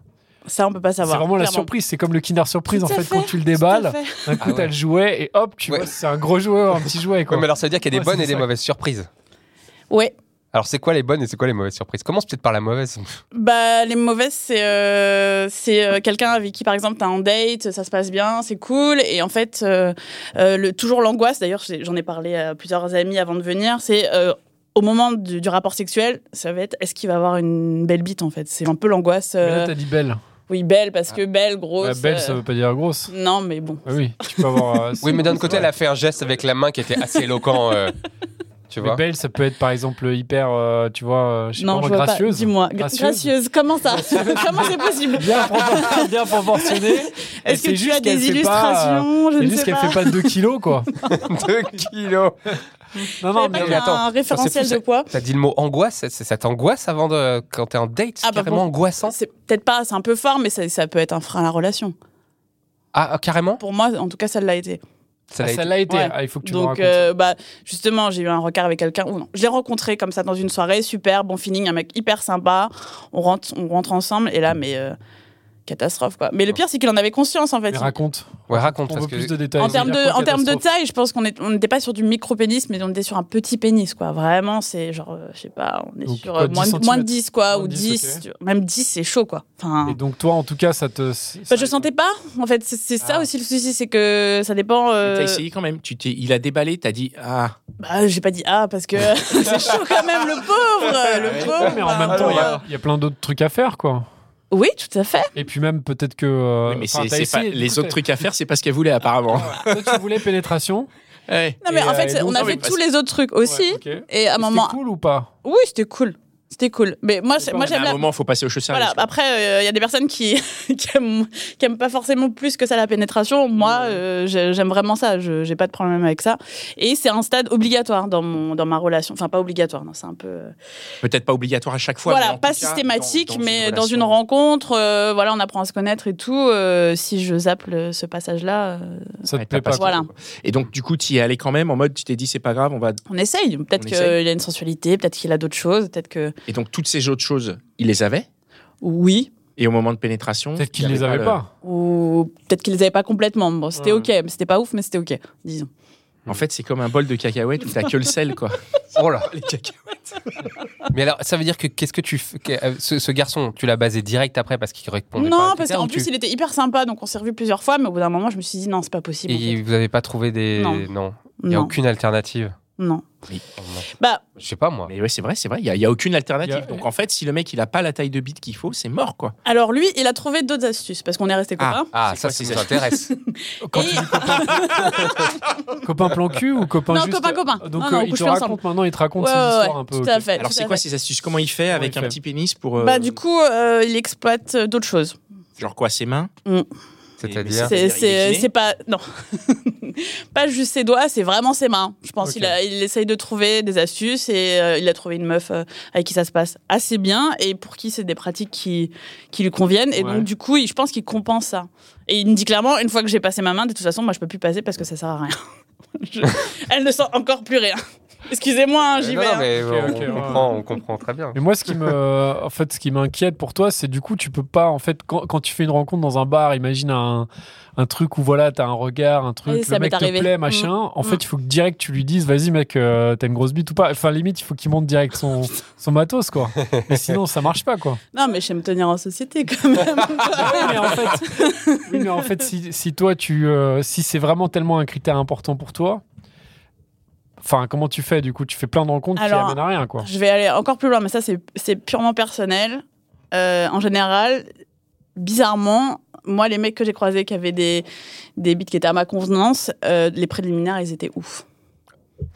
Speaker 4: Ça, on peut pas
Speaker 2: C'est
Speaker 4: savoir.
Speaker 2: vraiment la
Speaker 4: clairement.
Speaker 2: surprise. C'est comme le Kinder surprise en
Speaker 4: Tout à
Speaker 2: fait, quand
Speaker 4: fait,
Speaker 2: tu le
Speaker 4: Tout à
Speaker 2: déballes.
Speaker 4: fait.
Speaker 2: D'un coup,
Speaker 3: Ah ouais.
Speaker 2: t'as le jouet et hop, tu
Speaker 3: Ouais.
Speaker 2: vois si c'est un gros jouet ou un petit jouet quoi.
Speaker 3: Ouais, mais alors ça veut dire qu'il y a des
Speaker 2: Ouais,
Speaker 3: bonnes
Speaker 2: c'est
Speaker 3: et des
Speaker 2: ça.
Speaker 3: mauvaises surprises.
Speaker 4: Ouais.
Speaker 3: Alors c'est quoi les bonnes et c'est quoi les mauvaises surprises Commence peut-être par la mauvaise.
Speaker 4: Bah, les mauvaises, c'est euh, c'est, euh, quelqu'un avec qui, par exemple, t'as un date, ça se passe bien, c'est cool. Et en fait, euh, euh, le, toujours l'angoisse, d'ailleurs, j'ai- j'en ai parlé à plusieurs amis avant de venir, c'est. euh, au moment du, du rapport sexuel, ça va être est-ce qu'il va avoir une belle bite en fait C'est un peu l'angoisse.
Speaker 2: Mais
Speaker 4: euh,
Speaker 2: là, t'as dit belle.
Speaker 4: Oui, belle, parce que belle, grosse.
Speaker 2: Ouais, Ah. belle,
Speaker 4: euh,
Speaker 2: ça veut pas dire grosse.
Speaker 4: Non, mais bon.
Speaker 2: Ah oui, tu peux avoir. euh,
Speaker 3: [LAUGHS] Oui, mais d'un
Speaker 2: c'est-
Speaker 3: autre côté, elle a fait un geste avec la main qui était assez éloquent.
Speaker 2: [LAUGHS]
Speaker 3: euh, tu
Speaker 2: Mais
Speaker 3: vois
Speaker 2: belle, ça peut être par exemple hyper, euh, tu vois, euh, je sais
Speaker 4: non,
Speaker 2: pas,
Speaker 4: je vois
Speaker 2: gracieuse.
Speaker 4: pas. Dis-moi. Gra-
Speaker 2: Gracieuse.
Speaker 4: Gracieuse. comment ça [LAUGHS] Comment c'est possible
Speaker 2: Bien, propor- [LAUGHS] bien proportionnée. Et
Speaker 4: [LAUGHS] Est-ce
Speaker 2: c'est
Speaker 4: que tu
Speaker 2: juste
Speaker 4: as
Speaker 2: qu'elle
Speaker 4: des
Speaker 2: fait pas, euh,
Speaker 4: illustrations Je
Speaker 2: C'est
Speaker 4: ne
Speaker 2: juste
Speaker 4: sais
Speaker 2: qu'elle
Speaker 4: pas.
Speaker 2: fait pas 2 kilos, quoi.
Speaker 3: 2 kilos
Speaker 2: Non,
Speaker 4: Je savais
Speaker 2: non,
Speaker 4: pas
Speaker 2: mais
Speaker 4: qu'il y
Speaker 3: mais
Speaker 4: a
Speaker 3: attends,
Speaker 4: un référentiel
Speaker 3: c'est fou,
Speaker 4: de poids.
Speaker 3: T'as dit le mot angoisse, c'est c'est cette angoisse avant de. quand t'es en date, c'est
Speaker 4: Ah, bah,
Speaker 3: carrément
Speaker 4: bon.
Speaker 3: angoissant.
Speaker 4: C'est peut-être pas, c'est un peu fort, mais ça, ça peut être un frein à la relation.
Speaker 3: Ah, ah, carrément
Speaker 4: Pour moi, en tout cas, ça l'a été.
Speaker 3: Ça
Speaker 2: Ah,
Speaker 3: l'a
Speaker 2: ça
Speaker 3: été.
Speaker 2: l'a été.
Speaker 4: Ouais.
Speaker 2: Ah, il faut que tu me
Speaker 4: Donc,
Speaker 2: racontes.
Speaker 4: euh, bah, justement, j'ai eu un regard avec quelqu'un. ou non, Je l'ai rencontré comme ça dans une soirée, super, bon feeling, un mec hyper sympa. On rentre, on rentre ensemble, et là, mais euh, catastrophe, quoi. Mais le pire, c'est qu'il en avait conscience, en fait.
Speaker 2: Ah. Mais
Speaker 4: Il-
Speaker 2: raconte.
Speaker 3: Ouais, raconte.
Speaker 2: On
Speaker 3: Parce
Speaker 2: veut
Speaker 3: que...
Speaker 2: plus de détails.
Speaker 4: En
Speaker 2: Ça
Speaker 4: termes
Speaker 2: veut
Speaker 4: de,
Speaker 2: dire quoi,
Speaker 4: en termes de
Speaker 2: catastrophe
Speaker 4: taille, je pense qu'on est- on n'était pas sur du micro-pénis, mais on était sur un petit pénis, quoi. Vraiment, c'est genre, euh, je sais pas, on est
Speaker 2: Donc,
Speaker 4: sur
Speaker 2: quoi,
Speaker 4: euh, moins,
Speaker 2: 10
Speaker 4: de- moins de 10, quoi,
Speaker 2: Moins
Speaker 4: ou
Speaker 2: de
Speaker 4: 10,
Speaker 2: 10, ok.
Speaker 4: tu- même 10, c'est chaud, quoi. Enfin,
Speaker 2: Et donc, toi, en tout cas, ça te.
Speaker 4: bah,
Speaker 2: ça-
Speaker 4: je sentais pas, en fait, c'est c'est ça
Speaker 2: Ah.
Speaker 4: aussi le souci, c'est que ça dépend. euh,
Speaker 1: T'as essayé quand même. Tu t'es- il a déballé, t'as dit Ah,
Speaker 4: bah, j'ai pas dit ah, parce que [LAUGHS] c'est chaud quand même, le pauvre, le pauvre.
Speaker 2: Ah, Ouais, mais en même temps, il y
Speaker 4: enfin,
Speaker 2: a- il y, a plein d'autres trucs à faire, quoi.
Speaker 4: euh, Oui, tout à fait.
Speaker 2: Et puis même, peut-être que. euh,
Speaker 1: Oui, mais
Speaker 2: enfin,
Speaker 1: c'est-
Speaker 2: t'as
Speaker 1: c'est pas-
Speaker 2: essayé, du
Speaker 1: les
Speaker 2: coup,
Speaker 1: autres
Speaker 2: t'as-
Speaker 1: trucs à faire, c'est pas ce qu'elle voulait apparemment.
Speaker 2: Toi, tu voulais
Speaker 4: [LAUGHS]
Speaker 2: pénétration.
Speaker 1: Ouais.
Speaker 4: Non, mais
Speaker 2: Et,
Speaker 4: en
Speaker 2: euh,
Speaker 4: fait,
Speaker 2: et donc-
Speaker 4: on a
Speaker 1: Ah. Non, mais
Speaker 4: fait
Speaker 1: parce-
Speaker 4: tous les autres trucs aussi,
Speaker 2: Ouais, ok.
Speaker 4: et à un
Speaker 2: C'était
Speaker 4: moment.
Speaker 2: cool ou pas
Speaker 4: Oui, c'était cool. C'était cool. Mais moi, c'est- moi
Speaker 1: Mais à
Speaker 4: j'aime
Speaker 1: un
Speaker 4: la.
Speaker 1: moment, faut passer au choses sérieuses.
Speaker 4: Voilà,
Speaker 1: quoi.
Speaker 4: après, il y a des personnes qui, [LAUGHS] qui, aiment, qui aiment pas forcément plus que ça la pénétration. Moi, euh, j'ai- j'aime vraiment ça, je j'ai pas de problème avec ça. Et c'est un stade obligatoire dans, mon, dans ma relation. Enfin, pas obligatoire, non, c'est un peu. euh,
Speaker 1: Peut-être pas obligatoire à chaque fois. mais
Speaker 4: voilà,
Speaker 1: en
Speaker 4: pas
Speaker 1: tout cas,
Speaker 4: systématique,
Speaker 1: dans-
Speaker 4: mais dans
Speaker 1: relation.
Speaker 4: une rencontre, euh, voilà, on apprend à se connaître et tout. euh, si je zappe le- ce passage-là, euh,
Speaker 2: Ça te
Speaker 1: Ouais, t'as
Speaker 2: plaît
Speaker 1: pas
Speaker 2: pas
Speaker 1: ce
Speaker 2: quoi.
Speaker 4: voilà.
Speaker 1: qu'il faut, quoi. Et donc, du coup, tu y es allé quand même en mode, tu t'es dit, c'est pas grave, on va.
Speaker 4: on essaye. Peut-être
Speaker 1: On
Speaker 4: qu'il
Speaker 1: essaye.
Speaker 4: a une sensualité, peut-être qu'il a d'autres choses, peut-être que.
Speaker 1: Et donc, toutes ces autres choses, il les avait.
Speaker 4: Oui.
Speaker 1: Et au moment de pénétration.
Speaker 2: Peut-être
Speaker 1: il
Speaker 2: qu'ils
Speaker 1: y
Speaker 2: les avaient
Speaker 1: le-
Speaker 2: pas.
Speaker 4: Ou peut-être qu'ils les avaient pas complètement. Bon, c'était
Speaker 2: Ouais.
Speaker 4: ok, mais c'était pas ouf, mais c'était ok, disons.
Speaker 1: En fait, c'est comme un bol de cacahuètes où t'as que le sel, quoi.
Speaker 3: Oh là
Speaker 1: [LAUGHS] Les cacahuètes.
Speaker 3: Mais alors, ça veut dire que qu'est-ce que tu. fais que- euh, ce, ce garçon, tu l'as basé direct après parce qu'il répondait pas à
Speaker 4: Non,
Speaker 3: tes
Speaker 4: parce
Speaker 3: critères,
Speaker 4: qu'en
Speaker 3: ou tu-
Speaker 4: plus, il était hyper sympa, donc on s'est revus plusieurs fois, mais au bout d'un moment, je me suis dit, non, c'est pas possible. en
Speaker 3: Et
Speaker 4: fait.
Speaker 3: vous avez pas trouvé des.
Speaker 4: Non.
Speaker 3: Non. Il n'y a
Speaker 4: Non,
Speaker 3: aucune alternative.
Speaker 4: non.
Speaker 3: Oh non.
Speaker 4: Bah,
Speaker 3: Je sais pas moi.
Speaker 1: Mais ouais, c'est vrai, c'est vrai. Il n'y a, il y a aucune alternative.
Speaker 2: Il y a-
Speaker 1: Donc, en fait, si le mec, il a pas la taille de bite qu'il faut, c'est mort, quoi.
Speaker 4: alors lui, il a trouvé d'autres astuces, parce qu'on est resté copains.
Speaker 3: Ah,
Speaker 1: C'est
Speaker 3: ça,
Speaker 1: quoi
Speaker 3: ça
Speaker 1: ces
Speaker 3: nous
Speaker 2: [LAUGHS]
Speaker 3: intéresse.
Speaker 2: Quand
Speaker 4: Et-
Speaker 2: tu dis copain- copain plan cul ou copain
Speaker 4: Non,
Speaker 2: juste
Speaker 4: copain, copain.
Speaker 2: Donc
Speaker 4: Non, non,
Speaker 2: euh,
Speaker 4: on
Speaker 2: il
Speaker 4: couche
Speaker 2: te
Speaker 4: ensemble.
Speaker 2: raconte maintenant, il te raconte
Speaker 4: [LAUGHS] Ouais,
Speaker 2: ses
Speaker 4: ouais,
Speaker 2: histoires
Speaker 4: ouais,
Speaker 2: un peu.
Speaker 4: Tout à
Speaker 2: ok.
Speaker 4: fait.
Speaker 1: Alors,
Speaker 4: tout
Speaker 1: c'est
Speaker 4: à
Speaker 1: quoi
Speaker 4: fait.
Speaker 1: ces astuces Comment il fait
Speaker 2: Comment
Speaker 1: avec
Speaker 2: il
Speaker 1: un
Speaker 2: fait
Speaker 1: petit pénis pour. euh,
Speaker 4: Bah, du coup, euh, il exploite euh, d'autres choses.
Speaker 1: Genre quoi, ses mains
Speaker 3: C'est-à-dire.
Speaker 1: C'est-à-dire,
Speaker 4: C'est-
Speaker 1: il est
Speaker 4: C'est
Speaker 1: kiné
Speaker 4: c'est pas. Non. [LAUGHS] pas juste ses doigts, c'est vraiment ses mains. Je pense
Speaker 2: Ok.
Speaker 4: il, a- il essaye de trouver des astuces et euh, il a trouvé une meuf euh, avec qui ça se passe assez bien et pour qui c'est des pratiques qui, qui lui conviennent. Et
Speaker 2: Ouais.
Speaker 4: donc, du coup, il- je pense qu'il compense ça. Et il me dit clairement une fois que j'ai passé ma main, de toute façon, moi, je peux plus passer parce que ça sert à rien. [LAUGHS] Je- Elle ne sent encore plus rien. [LAUGHS] Excusez-moi, hein, j'y
Speaker 3: Euh, Non,
Speaker 4: vais.
Speaker 3: non, mais
Speaker 4: hein.
Speaker 2: Ah,
Speaker 3: on,
Speaker 2: Ok, ok, ouais.
Speaker 3: comprend, on comprend très bien.
Speaker 2: Mais moi, ce qui me, [LAUGHS] en fait, ce qui m'inquiète pour toi, c'est du coup, tu peux pas, en fait, quand, quand tu fais une rencontre dans un bar, imagine un, un truc où voilà, t'as un regard, un truc,
Speaker 4: Oui, ça
Speaker 2: le mec
Speaker 4: m'est
Speaker 2: te
Speaker 4: arrivé.
Speaker 2: plaît, machin. En
Speaker 4: Mm.
Speaker 2: fait, il faut que direct tu lui dises, vas-y, mec, euh, t'as une grosse bite ou pas. Enfin, limite, il faut qu'il monte direct
Speaker 4: [LAUGHS]
Speaker 2: son, son matos, quoi. Mais sinon, ça marche pas, quoi.
Speaker 4: Non, mais je sais me tenir en société quand même.
Speaker 2: Oui, mais en fait, [LAUGHS] oui, mais en fait, si, si toi, tu, euh, si c'est vraiment tellement un critère important pour toi, enfin, comment tu fais du coup Tu fais plein de rencontres
Speaker 4: Alors,
Speaker 2: qui amènent à rien, quoi.
Speaker 4: Je vais aller encore plus loin, mais ça, c'est c'est purement personnel. Euh, en général, bizarrement, moi, les mecs que j'ai croisés qui avaient des, des bits qui étaient à ma convenance, euh, les préliminaires, ils étaient ouf.
Speaker 2: Oui,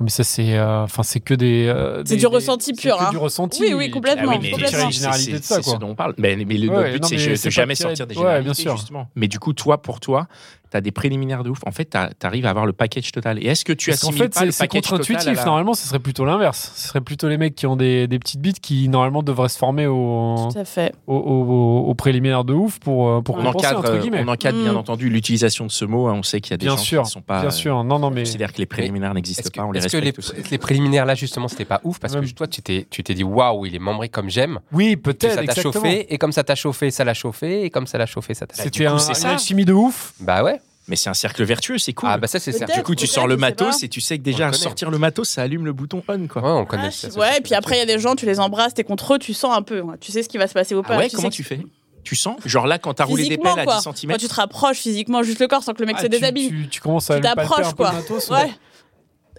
Speaker 2: Mais ça, c'est, euh, enfin, c'est que des. euh,
Speaker 4: C'est
Speaker 2: des-
Speaker 4: du
Speaker 2: des-
Speaker 4: ressenti
Speaker 2: c'est
Speaker 4: pur,
Speaker 2: que
Speaker 4: hein.
Speaker 2: Du ressenti.
Speaker 4: Oui, oui,
Speaker 1: Ah
Speaker 4: complètement.
Speaker 1: oui, mais
Speaker 4: complètement.
Speaker 1: c'est-
Speaker 2: c'est la généralité de
Speaker 1: c'est-
Speaker 2: ça,
Speaker 1: c'est
Speaker 2: quoi.
Speaker 1: ce dont on parle. Mais, mais le notre
Speaker 2: Ouais,
Speaker 1: but,
Speaker 2: non,
Speaker 1: c'est
Speaker 2: mais
Speaker 1: de
Speaker 2: c'est
Speaker 1: jamais
Speaker 2: pas tirer-
Speaker 1: sortir des
Speaker 2: ouais,
Speaker 1: généralités,
Speaker 2: bien sûr.
Speaker 1: justement. Mais du coup, toi, pour toi, tu as des préliminaires de ouf. En fait, t'as- t'arrives à avoir le package total. Et est-ce que tu
Speaker 2: Parce qu'en
Speaker 1: assimiles
Speaker 2: fait,
Speaker 1: pas
Speaker 2: c'est-
Speaker 1: le
Speaker 2: c'est
Speaker 1: package total à
Speaker 2: contre-intuitif.
Speaker 1: la-
Speaker 2: Normalement, ce serait plutôt l'inverse. Ce serait plutôt les mecs qui ont des, des petites bites qui, normalement, devraient se former au,
Speaker 4: Tout à fait.
Speaker 2: au, au- au préliminaire de ouf pour, euh, pour
Speaker 1: On
Speaker 2: compenser,
Speaker 1: encadre,
Speaker 2: entre
Speaker 1: euh,
Speaker 2: guillemets.
Speaker 1: on encadre bien
Speaker 4: Mm.
Speaker 1: entendu l'utilisation de ce mot. hein. On sait qu'il y a des
Speaker 2: Bien
Speaker 1: gens
Speaker 2: sûr,
Speaker 1: qui ne sont pas.
Speaker 2: Bien sûr. Non, non,
Speaker 1: euh,
Speaker 2: mais.
Speaker 1: considèrent que les préliminaires n'existent
Speaker 3: Est-ce
Speaker 1: pas. On
Speaker 3: que,
Speaker 1: les
Speaker 3: est-ce que
Speaker 1: respecte.
Speaker 3: les,
Speaker 1: tous.
Speaker 3: les préliminaires là justement c'était pas ouf parce que
Speaker 2: Même-
Speaker 3: toi tu t'es tu t'es dit waouh il est membré comme j'aime Puis
Speaker 2: Oui, peut-être.
Speaker 3: ça t'a
Speaker 2: exactement.
Speaker 3: chauffé et comme ça t'a chauffé ça l'a chauffé et comme ça l'a chauffé ça t'a
Speaker 1: C'est-
Speaker 2: C'était
Speaker 1: bah, du coup,
Speaker 2: un-
Speaker 1: c'est
Speaker 2: une
Speaker 1: ça.
Speaker 2: alchimie de ouf.
Speaker 3: bah ouais
Speaker 1: Mais c'est un cercle vertueux, c'est cool.
Speaker 3: ah bah ça c'est
Speaker 4: Peut-être.
Speaker 3: certain
Speaker 1: du coup, tu
Speaker 4: peut-être,
Speaker 1: sors le
Speaker 4: je sais
Speaker 1: matos
Speaker 4: pas.
Speaker 1: et tu sais que
Speaker 3: On
Speaker 1: déjà
Speaker 3: le
Speaker 1: à
Speaker 3: connaît.
Speaker 1: sortir le matos, ça allume le bouton on quoi.
Speaker 3: ouais on connaît
Speaker 4: Ah,
Speaker 3: ça, ça,
Speaker 4: ouais,
Speaker 3: ça,
Speaker 4: et puis
Speaker 3: ça.
Speaker 4: après, il y a des gens, tu les embrasses, t'es contre eux, tu sens un peu. hein. Tu sais ce qui va se passer ou
Speaker 1: Ah
Speaker 4: pas.
Speaker 1: ouais,
Speaker 4: tu
Speaker 1: comment
Speaker 4: sais
Speaker 1: tu
Speaker 4: que-
Speaker 1: fais Tu sens Genre là, quand t'as roulé des
Speaker 4: Physiquement,
Speaker 1: pelles à
Speaker 4: quoi.
Speaker 1: 10
Speaker 4: Quand
Speaker 1: cm,
Speaker 4: tu te rapproches physiquement, juste le corps, sans que le mec
Speaker 2: Ah,
Speaker 4: se
Speaker 2: tu-
Speaker 4: déshabille.
Speaker 2: Tu, tu commences à
Speaker 4: Tu
Speaker 2: lui palper un
Speaker 4: t'approches,
Speaker 2: peu le
Speaker 4: quoi.
Speaker 2: matos,
Speaker 4: Ouais.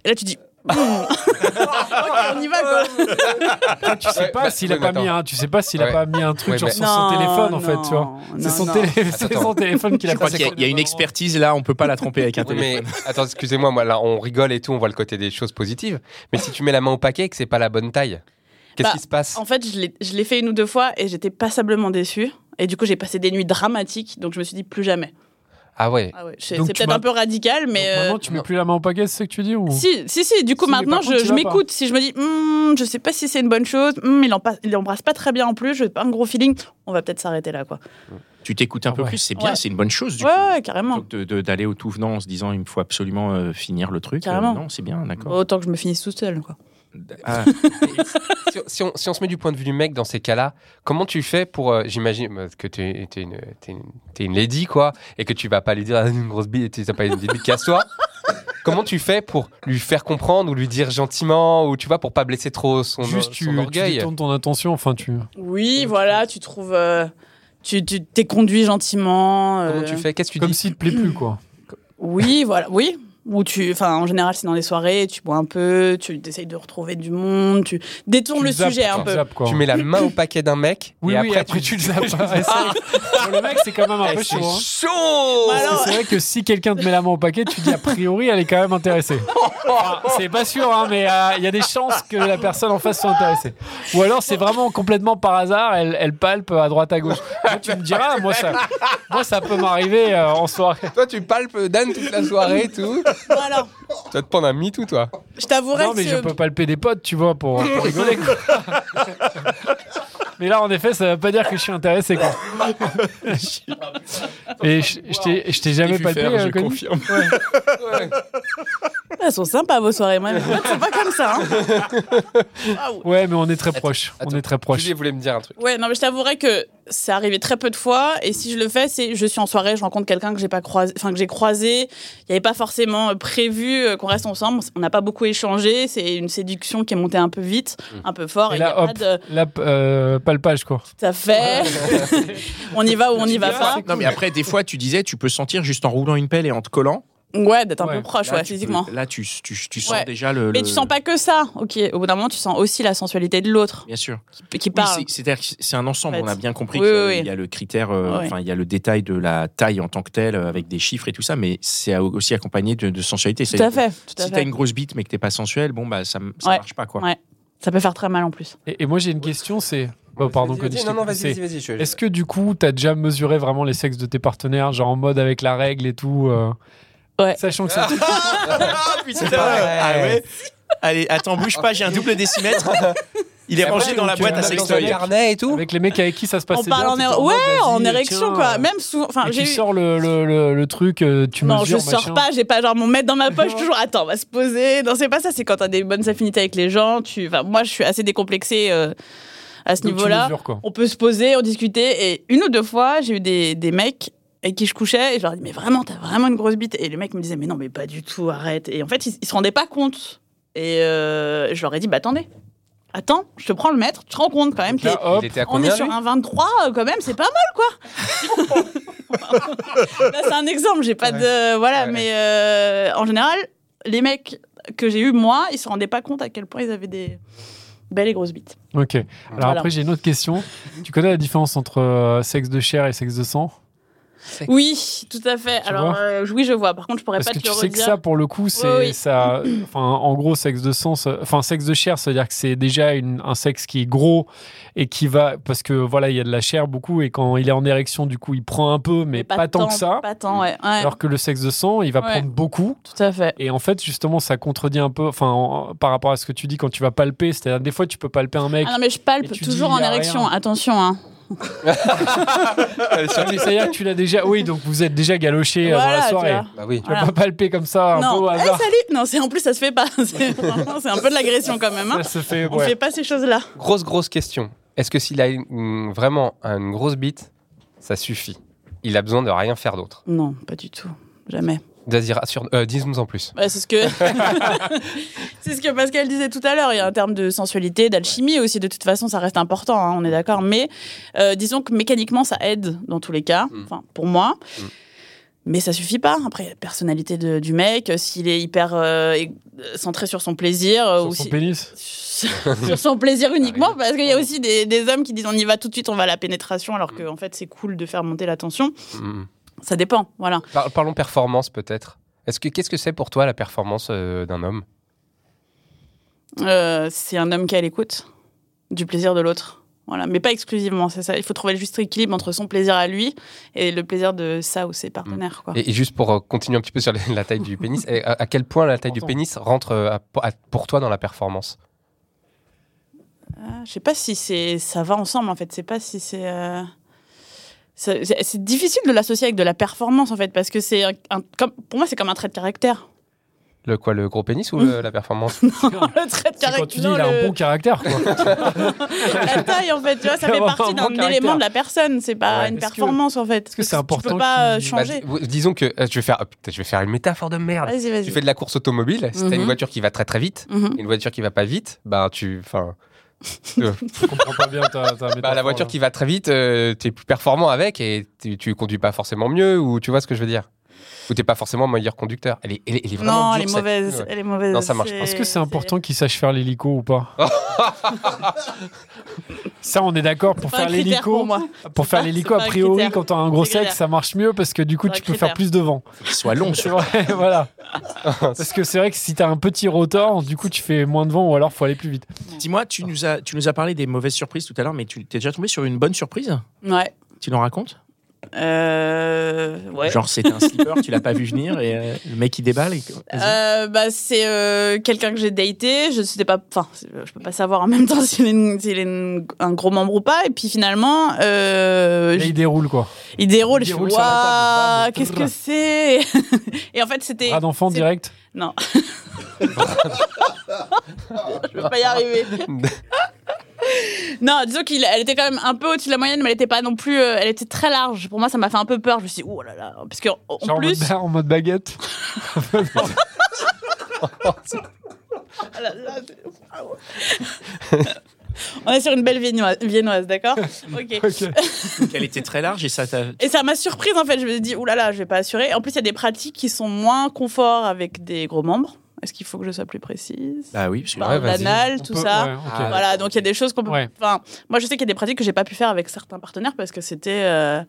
Speaker 4: Et là, tu dis hmm. [LAUGHS] on y va quoi.
Speaker 2: Après, tu sais
Speaker 3: Ouais,
Speaker 2: pas
Speaker 3: bah,
Speaker 2: s'il a
Speaker 3: oui,
Speaker 2: pas
Speaker 3: mais
Speaker 2: mis
Speaker 3: attends.
Speaker 2: un, tu sais pas s'il a
Speaker 3: Ouais.
Speaker 2: pas mis un truc
Speaker 3: Ouais,
Speaker 2: sur
Speaker 3: mais-
Speaker 2: son, son téléphone en fait, tu vois.
Speaker 4: non,
Speaker 2: C'est
Speaker 4: non,
Speaker 2: son,
Speaker 4: non.
Speaker 2: télé-
Speaker 3: Attends,
Speaker 2: [LAUGHS] c'est
Speaker 3: attends.
Speaker 2: son téléphone qu'il a
Speaker 1: Je crois
Speaker 2: passé
Speaker 1: qu'il y a-
Speaker 2: pour
Speaker 1: il y a
Speaker 2: le
Speaker 1: une
Speaker 2: moment.
Speaker 1: expertise là, on peut pas la tromper avec
Speaker 4: [LAUGHS]
Speaker 1: un
Speaker 3: Oui,
Speaker 1: téléphone.
Speaker 3: mais attends, excusez-moi, moi là on rigole et tout, on voit le côté des choses positives. Mais si tu mets la main au paquet et que c'est pas la bonne taille, qu'est-ce
Speaker 4: Bah,
Speaker 3: qui se passe
Speaker 4: En fait, je l'ai- je l'ai fait une ou deux fois et j'étais passablement déçue. Et du coup, j'ai passé des nuits dramatiques, donc je me suis dit plus jamais.
Speaker 3: Ah ouais.
Speaker 4: Ah ouais, c'est
Speaker 2: Donc
Speaker 4: c'est
Speaker 2: tu
Speaker 4: peut-être
Speaker 2: m'as-
Speaker 4: un peu radical, mais.
Speaker 2: Donc,
Speaker 4: euh,
Speaker 2: maintenant, tu mets
Speaker 3: non.
Speaker 2: plus la main au paquet, c'est ce que tu dis ou
Speaker 4: Si, si, si, du coup
Speaker 2: Si, mais
Speaker 4: maintenant
Speaker 2: par contre,
Speaker 4: je,
Speaker 2: tu
Speaker 4: je
Speaker 2: l'as
Speaker 4: m'écoute. Si je me dis, Hmm, je sais pas si c'est une bonne chose, Hmm, il, en passe- il embrasse pas très bien en plus, j'ai pas un gros feeling, on va peut-être s'arrêter là quoi.
Speaker 1: Tu t'écoutes un
Speaker 2: Ah
Speaker 1: peu
Speaker 2: ouais.
Speaker 1: plus, c'est bien,
Speaker 4: Ouais.
Speaker 1: c'est une bonne chose du
Speaker 4: ouais,
Speaker 1: coup.
Speaker 4: ouais, carrément.
Speaker 1: Plutôt que de- de- D'aller au tout venant en se disant il me faut absolument euh, finir le truc.
Speaker 4: Carrément. Oh.
Speaker 1: non, c'est bien, d'accord.
Speaker 4: Autant que je me finisse toute seule quoi.
Speaker 1: Ah,
Speaker 3: si, si on, si on se met du point de vue du mec dans ces cas-là, comment tu fais pour. euh, J'imagine euh, que tu es, une, t'es une- t'es une lady, quoi, et que tu vas pas lui dire Ah, une grosse bille, tu t'as pas une bille, casse-toi. comment tu fais pour lui faire comprendre ou lui dire gentiment, ou tu vois, pour pas blesser trop son,
Speaker 2: Juste,
Speaker 3: son
Speaker 2: tu, tu
Speaker 3: orgueil
Speaker 2: détournes ton attention, enfin, tu.
Speaker 4: Oui, voilà, tu trouves. euh, tu tu- t'es conduit gentiment. euh,
Speaker 3: Comment tu fais Qu'est-ce que tu
Speaker 2: Comme
Speaker 3: dis
Speaker 2: s'il te plaît plus, quoi.
Speaker 4: Oui, voilà, oui. Ou tu, enfin, en général, c'est dans les soirées, tu bois un peu, tu essayes de retrouver du monde, tu détournes
Speaker 2: Tu
Speaker 4: le
Speaker 2: zappes,
Speaker 4: sujet
Speaker 2: quoi.
Speaker 4: un peu.
Speaker 2: Zappes, quoi.
Speaker 3: Tu mets la main au paquet d'un mec,
Speaker 2: Oui,
Speaker 3: et
Speaker 2: oui,
Speaker 3: après,
Speaker 2: tu le Ah, zappes. Ouais, c'est- Pour le mec, c'est quand même un
Speaker 3: Eh,
Speaker 2: peu
Speaker 3: Ah, c'est
Speaker 2: chaud. hein.
Speaker 3: chaud
Speaker 4: Bah [LAUGHS] alors-
Speaker 2: Parce que C'est vrai que si quelqu'un te met la main au paquet, tu dis a priori elle est quand même intéressée. Enfin, c'est pas sûr, hein, mais euh, il y a des chances que la personne en face soit intéressée. Ou alors c'est vraiment complètement par hasard, elle, elle palpe à droite à gauche. Moi, tu me diras, moi ça, moi, ça peut m'arriver euh, en soirée.
Speaker 3: Toi, tu palpes Dan toute la soirée, et tout.
Speaker 4: Bon, alors,
Speaker 3: tu vas te prendre un MeToo, toi.
Speaker 4: je t'avouerai
Speaker 2: Non,
Speaker 4: que
Speaker 2: mais je
Speaker 4: c'est-
Speaker 2: peux palper des potes, tu vois, pour, pour rigoler. quoi. Mais là, en effet, ça veut pas dire que je suis
Speaker 3: [LAUGHS]
Speaker 2: intéressé. Quoi. Et je je t'ai- je t'ai jamais
Speaker 1: j'ai vu
Speaker 2: palpé,
Speaker 1: faire,
Speaker 2: euh,
Speaker 1: je
Speaker 2: Connie
Speaker 1: confirme.
Speaker 4: elles sont sympas vos soirées, moi, mais en fait, c'est pas comme ça. hein.
Speaker 2: [LAUGHS]
Speaker 4: Waouh.
Speaker 2: Ouais, mais on est très proches.
Speaker 3: attends,
Speaker 2: on est très proches.
Speaker 3: Julie voulait me dire un truc.
Speaker 4: Ouais, non, mais je t'avouerai que c'est arrivé très peu de fois. Et si je le fais, c'est je suis en soirée, je rencontre quelqu'un que j'ai pas croisé, enfin que j'ai croisé. Il n'y avait pas forcément euh, prévu euh, qu'on reste ensemble. On n'a pas beaucoup échangé. C'est une séduction qui est montée un peu vite, un peu fort.
Speaker 2: Mm. Et
Speaker 4: Et il y a
Speaker 2: là, hop,
Speaker 4: pas de
Speaker 2: là, p- euh, palpage, quoi.
Speaker 4: ça fait.
Speaker 2: [LAUGHS]
Speaker 4: on y va ou
Speaker 1: [LAUGHS]
Speaker 4: on n'y va pas.
Speaker 1: Non, mais après, des fois, tu disais, tu peux sentir juste en roulant une pelle et en te collant.
Speaker 4: Ouais, d'être un
Speaker 2: Ouais.
Speaker 4: peu proche,
Speaker 1: là,
Speaker 4: ouais,
Speaker 1: tu peux-
Speaker 4: Ah, physiquement.
Speaker 1: là, tu, tu, tu sens
Speaker 4: Ouais.
Speaker 1: déjà le.
Speaker 4: Mais
Speaker 1: le-
Speaker 4: tu sens pas que ça, ok. Au bout d'un moment, tu sens aussi la sensualité de l'autre
Speaker 1: Bien sûr.
Speaker 4: qui, qui
Speaker 1: Oui,
Speaker 4: parle.
Speaker 1: c'est- c'est-à-dire que c'est un ensemble.
Speaker 4: En fait.
Speaker 1: On a bien compris
Speaker 4: Oui,
Speaker 1: qu'il y a-
Speaker 4: oui, oui.
Speaker 1: il y a le critère, euh,
Speaker 4: Ouais.
Speaker 1: enfin, il y a le détail de la taille en tant que telle, euh, avec des chiffres et tout ça, mais c'est aussi accompagné de, de sensualité.
Speaker 4: tout à
Speaker 1: C'est-à-dire que
Speaker 4: fait, tout à
Speaker 1: Si
Speaker 4: fait.
Speaker 1: t'as une grosse bite mais que t'es pas sensuel, bon bah ça, m- ça
Speaker 4: Ouais.
Speaker 1: marche pas quoi.
Speaker 4: Ouais. Ça peut faire très mal en plus.
Speaker 2: Et, et moi, j'ai une question, c'est... Oh, pardon, Cody, je t'ai
Speaker 3: Non, non,
Speaker 2: coupé.
Speaker 3: vas-y,
Speaker 2: C'est-
Speaker 3: vas-y, vas-y.
Speaker 2: Est-ce que, du coup, t'as déjà mesuré vraiment les sexes de tes partenaires, genre en mode avec la règle et tout euh,
Speaker 4: Ouais.
Speaker 2: Sachant que ça...
Speaker 3: Ah
Speaker 1: C'est
Speaker 3: putain
Speaker 1: pas vrai. [LAUGHS] Allez, attends, bouge pas, j'ai un double décimètre. Il est
Speaker 3: Et
Speaker 1: rangé
Speaker 3: après,
Speaker 1: dans la
Speaker 2: tu
Speaker 1: boîte
Speaker 2: vas
Speaker 1: à
Speaker 2: dans
Speaker 1: sextoy.
Speaker 2: un
Speaker 3: carnet et tout.
Speaker 2: avec les mecs avec qui ça se passe
Speaker 4: On parle en, é- ouais, en érection
Speaker 1: euh,
Speaker 4: quoi. Même souvent. Enfin,
Speaker 2: et
Speaker 4: Ah, j'ai
Speaker 2: tu
Speaker 4: eu.
Speaker 2: sors le, le, le, le truc, euh, tu
Speaker 4: non,
Speaker 2: mesures,
Speaker 4: je sors
Speaker 2: machin.
Speaker 4: pas, j'ai pas genre mon mettre dans ma poche toujours. Attends, on va se poser. Non, c'est pas ça. C'est quand t'as des bonnes affinités avec les gens. Tu, enfin, moi, je suis assez décomplexée euh, à ce
Speaker 2: Donc, tu
Speaker 4: niveau-là.
Speaker 2: mesures, quoi.
Speaker 4: On peut se poser, on discuter. Et une ou deux fois, j'ai eu des, des mecs avec qui je couchais et je leur ai dit mais vraiment, t'as vraiment une grosse bite. Et le mec me disait mais non, mais pas du tout, arrête. Et en fait, ils, ils se rendaient pas compte. Et euh, je leur ai dit bah attendez, attends, je te prends le mètre, tu te rends compte quand même.
Speaker 2: Là,
Speaker 4: t'es-
Speaker 2: hop,
Speaker 3: Il était à
Speaker 4: on
Speaker 3: combien
Speaker 4: est sur
Speaker 3: lui
Speaker 4: un 23 euh, quand même, c'est pas mal
Speaker 3: [LAUGHS]
Speaker 4: quoi. Là, c'est un exemple, j'ai pas de voilà,
Speaker 3: Ouais.
Speaker 4: mais euh, en général, les mecs que j'ai eu moi, ils se rendaient pas compte à quel point ils avaient des belles et grosses bites.
Speaker 2: ok. Alors
Speaker 4: Voilà.
Speaker 2: après, j'ai une autre question. Tu connais la différence entre euh, sexe de chair et sexe de sang
Speaker 4: Oui, tout à fait. Alors
Speaker 2: vois
Speaker 4: euh, oui, je vois. Par contre, je pourrais
Speaker 2: Parce
Speaker 4: pas
Speaker 2: que
Speaker 4: te
Speaker 2: tu
Speaker 4: le
Speaker 2: sais que
Speaker 4: redire.
Speaker 2: ça, pour le coup, c'est
Speaker 4: oui.
Speaker 2: ça. Enfin, en gros, sexe de sang, ça- enfin sexe de chair, ça veut dire que c'est déjà une- un sexe qui est gros et qui va parce que voilà, il y a de la chair beaucoup et quand il est en érection, du coup, il prend un peu, mais, pas, tant
Speaker 4: tant
Speaker 2: que ça.
Speaker 4: Pas tant, ouais. ouais,
Speaker 2: Alors que le sexe de sang, il va
Speaker 4: Ouais.
Speaker 2: prendre beaucoup.
Speaker 4: tout à fait.
Speaker 2: Et en fait, justement, ça contredit un peu, enfin, en- par rapport à ce que tu dis quand tu vas palper. C'est-à-dire, des fois, tu peux palper un mec.
Speaker 4: Ah non, mais je palpe
Speaker 2: Et tu
Speaker 4: toujours
Speaker 2: dis,
Speaker 4: en
Speaker 2: y a
Speaker 4: érection.
Speaker 2: rien.
Speaker 4: Attention, hein.
Speaker 2: mais C'est-à-dire, que tu l'as déjà. Oui, donc vous êtes déjà galoché euh,
Speaker 4: Voilà,
Speaker 2: dans la
Speaker 4: tu
Speaker 2: soirée.
Speaker 4: vois.
Speaker 3: Bah oui.
Speaker 2: Tu vas
Speaker 4: Voilà.
Speaker 2: pas palper comme ça, un
Speaker 4: non.
Speaker 2: peu au
Speaker 4: Eh,
Speaker 2: hasard.
Speaker 4: salut. Non, c'est en plus ça se fait pas. [LAUGHS] C'est vraiment- c'est un peu de l'agression quand même. hein.
Speaker 2: Ça se fait.
Speaker 4: On
Speaker 2: ouais.
Speaker 4: fait pas ces choses-là.
Speaker 3: Grosse, grosse question. Est-ce que s'il a une- une- vraiment une grosse bite, ça suffit Il a besoin de rien faire d'autre.
Speaker 4: Non, pas du tout. Jamais.
Speaker 3: Vas-y, rassure- euh, dis-nous en plus.
Speaker 4: Ouais, c'est ce que
Speaker 3: [LAUGHS]
Speaker 4: c'est ce que Pascal disait tout à l'heure. Il y a un terme de sensualité, d'alchimie aussi. De toute façon, ça reste important. hein, on est d'accord. Mais euh, disons que mécaniquement, ça aide dans tous les cas.
Speaker 3: Mm.
Speaker 4: Enfin, pour moi.
Speaker 3: Mm.
Speaker 4: Mais ça suffit pas. Après, la personnalité de- du mec, euh, s'il est hyper euh, é- centré sur son plaisir, euh, ou
Speaker 2: Sur son
Speaker 4: si-
Speaker 2: pénis.
Speaker 4: [LAUGHS] sur son plaisir uniquement, parce qu'il y a aussi des, des hommes qui disent on y va tout de suite, on va à la pénétration, alors qu'en fait c'est cool de faire monter la tension.
Speaker 3: Mm.
Speaker 4: Ça dépend, voilà.
Speaker 3: Par- parlons performance peut-être. Est-ce que qu'est-ce que c'est pour toi la performance euh, d'un homme
Speaker 4: Euh, c'est un homme qui a l'écoute du plaisir de l'autre. Voilà, mais pas exclusivement, c'est ça. Il faut trouver le juste équilibre entre son plaisir à lui et le plaisir de ça ou ses
Speaker 2: Mm.
Speaker 4: partenaires. Quoi.
Speaker 3: et, et juste pour euh, continuer un petit peu sur les- [LAUGHS] la taille du pénis, et à, à quel point la taille du
Speaker 2: Important.
Speaker 3: pénis rentre euh, à- à- pour toi dans la performance
Speaker 4: Ah, Je sais pas si c'est ça va ensemble en fait. C'est pas si c'est euh, ça- c'est c'est difficile de l'associer avec de la performance en fait parce que c'est un- un- comme pour moi c'est comme un trait de caractère. [LAUGHS]
Speaker 3: Le quoi, le gros pénis ou le- la performance
Speaker 4: le trait de
Speaker 2: C'est
Speaker 4: caractère.
Speaker 2: quand tu dis il a un
Speaker 4: le-
Speaker 2: bon caractère.
Speaker 4: [LAUGHS]
Speaker 2: quoi.
Speaker 4: la taille en fait, tu vois, ça
Speaker 2: [LAUGHS] Il doit
Speaker 4: fait
Speaker 2: avoir
Speaker 4: partie
Speaker 2: un bon
Speaker 4: d'un
Speaker 2: caractère.
Speaker 4: élément de la personne. C'est pas
Speaker 3: Ouais.
Speaker 4: une
Speaker 2: Est-ce que-
Speaker 4: performance en fait. Est-ce
Speaker 2: que c'est
Speaker 4: Tu
Speaker 2: important
Speaker 4: peux pas euh,
Speaker 2: qu'il-
Speaker 3: Bah,
Speaker 4: changer.
Speaker 3: dis- disons que euh, je vais faire oh, putain, je vais faire une métaphore de merde.
Speaker 4: Vas-y, vas-y.
Speaker 3: Tu fais de la course automobile, si t'as une
Speaker 4: Mhm.
Speaker 3: voiture qui va très très vite,
Speaker 4: Mhm.
Speaker 3: et une voiture qui va pas vite, bah tu, enfin,
Speaker 2: Je comprends pas bien ta, ta
Speaker 3: bah, la
Speaker 2: métaphore,
Speaker 3: voiture
Speaker 2: là.
Speaker 3: qui va très vite, euh, t'es plus performant avec et tu, tu conduis pas forcément mieux ou tu vois ce que je veux dire Ou t'es pas forcément meilleur conducteur. Elle est, elle est, elle est vraiment
Speaker 4: Non,
Speaker 3: dure,
Speaker 4: elle est
Speaker 3: cette-
Speaker 4: mauvaise.
Speaker 3: Ouais.
Speaker 4: Elle est mauvaise.
Speaker 3: Non, ça marche pas.
Speaker 2: Est-ce que c'est important qu'il sache faire l'hélico ou
Speaker 4: [LAUGHS]
Speaker 2: pas Ça, on est d'accord pour
Speaker 4: C'est pas un
Speaker 2: faire
Speaker 4: critère pour
Speaker 2: l'hélico.
Speaker 4: moi.
Speaker 2: Pour faire
Speaker 4: pas-
Speaker 2: l'hélico,
Speaker 4: c'est pas
Speaker 2: a
Speaker 4: un
Speaker 2: priori,
Speaker 4: critère.
Speaker 2: quand t'as un gros
Speaker 4: C'est clair.
Speaker 2: sexe, ça marche mieux parce que du coup,
Speaker 4: C'est
Speaker 2: tu
Speaker 4: un
Speaker 2: peux faire plus
Speaker 4: critère.
Speaker 2: de vent.
Speaker 1: qu'il soit long.
Speaker 2: C'est vrai, [LAUGHS] voilà. Parce que c'est vrai que si t'as un petit rotor, du coup, tu fais moins de vent ou alors faut aller plus vite.
Speaker 1: Dis-moi, tu nous, as, tu nous as parlé des mauvaises surprises tout à l'heure, mais tu t'es déjà tombé sur une bonne surprise
Speaker 4: Ouais.
Speaker 1: Tu nous racontes
Speaker 4: Euh, ouais.
Speaker 1: Genre, c'est un slipper, tu l'as pas vu venir et euh, le mec il déballe. Et... vas-y.
Speaker 4: Euh, bah, c'est euh, quelqu'un que j'ai daté. Je ne sais pas. Enfin, euh, je peux pas savoir en même temps [LAUGHS] s'il est, une- s'il est une- un gros membre ou pas. Et puis finalement, euh,
Speaker 2: Là,
Speaker 4: je-
Speaker 2: il déroule quoi.
Speaker 4: il déroule.
Speaker 2: il
Speaker 4: Je fais,
Speaker 2: déroule sur la
Speaker 4: Waouh,
Speaker 2: table, bam,
Speaker 4: qu'est-ce
Speaker 2: brrr.
Speaker 4: que c'est [LAUGHS] Et en fait, c'était.
Speaker 2: Bras d'enfant
Speaker 4: c'est-
Speaker 2: direct.
Speaker 4: Non. je peux pas y arriver. [LAUGHS] Non, disons qu'elle était quand même un peu au-dessus de la moyenne, mais elle était pas non plus. euh, elle était très large. Pour moi, ça m'a fait un peu peur. Je me suis dit, oh là là. Parce que en- en
Speaker 2: Genre en
Speaker 4: plus.
Speaker 2: mode, en mode
Speaker 4: [LAUGHS]
Speaker 2: baguette. [LAUGHS]
Speaker 4: Ah là là, c'est- Ah ouais. [LAUGHS] On est sur une belle viennoise,
Speaker 2: [LAUGHS]
Speaker 4: viennoise d'accord Ok.
Speaker 2: Ok.
Speaker 1: Elle était très large et ça t'a.
Speaker 4: Et ça m'a surprise en fait. Je me suis dit, oulala, je vais pas assurer. En plus, il y a des pratiques qui sont moins confort avec des gros membres. Est-ce qu'il faut que je sois plus précise
Speaker 1: Bah oui, parce que- [LAUGHS]
Speaker 4: Bah,
Speaker 3: Ouais, vas-y.
Speaker 4: L'anal,
Speaker 2: On
Speaker 4: tout
Speaker 2: peut-
Speaker 4: ça. bah,
Speaker 2: ouais, ok.
Speaker 1: Ah,
Speaker 4: Voilà, donc il y a des choses qu'on peut.
Speaker 2: Ouais.
Speaker 4: Enfin, moi je sais qu'il y a des pratiques que j'ai pas pu faire avec certains partenaires parce que c'était euh,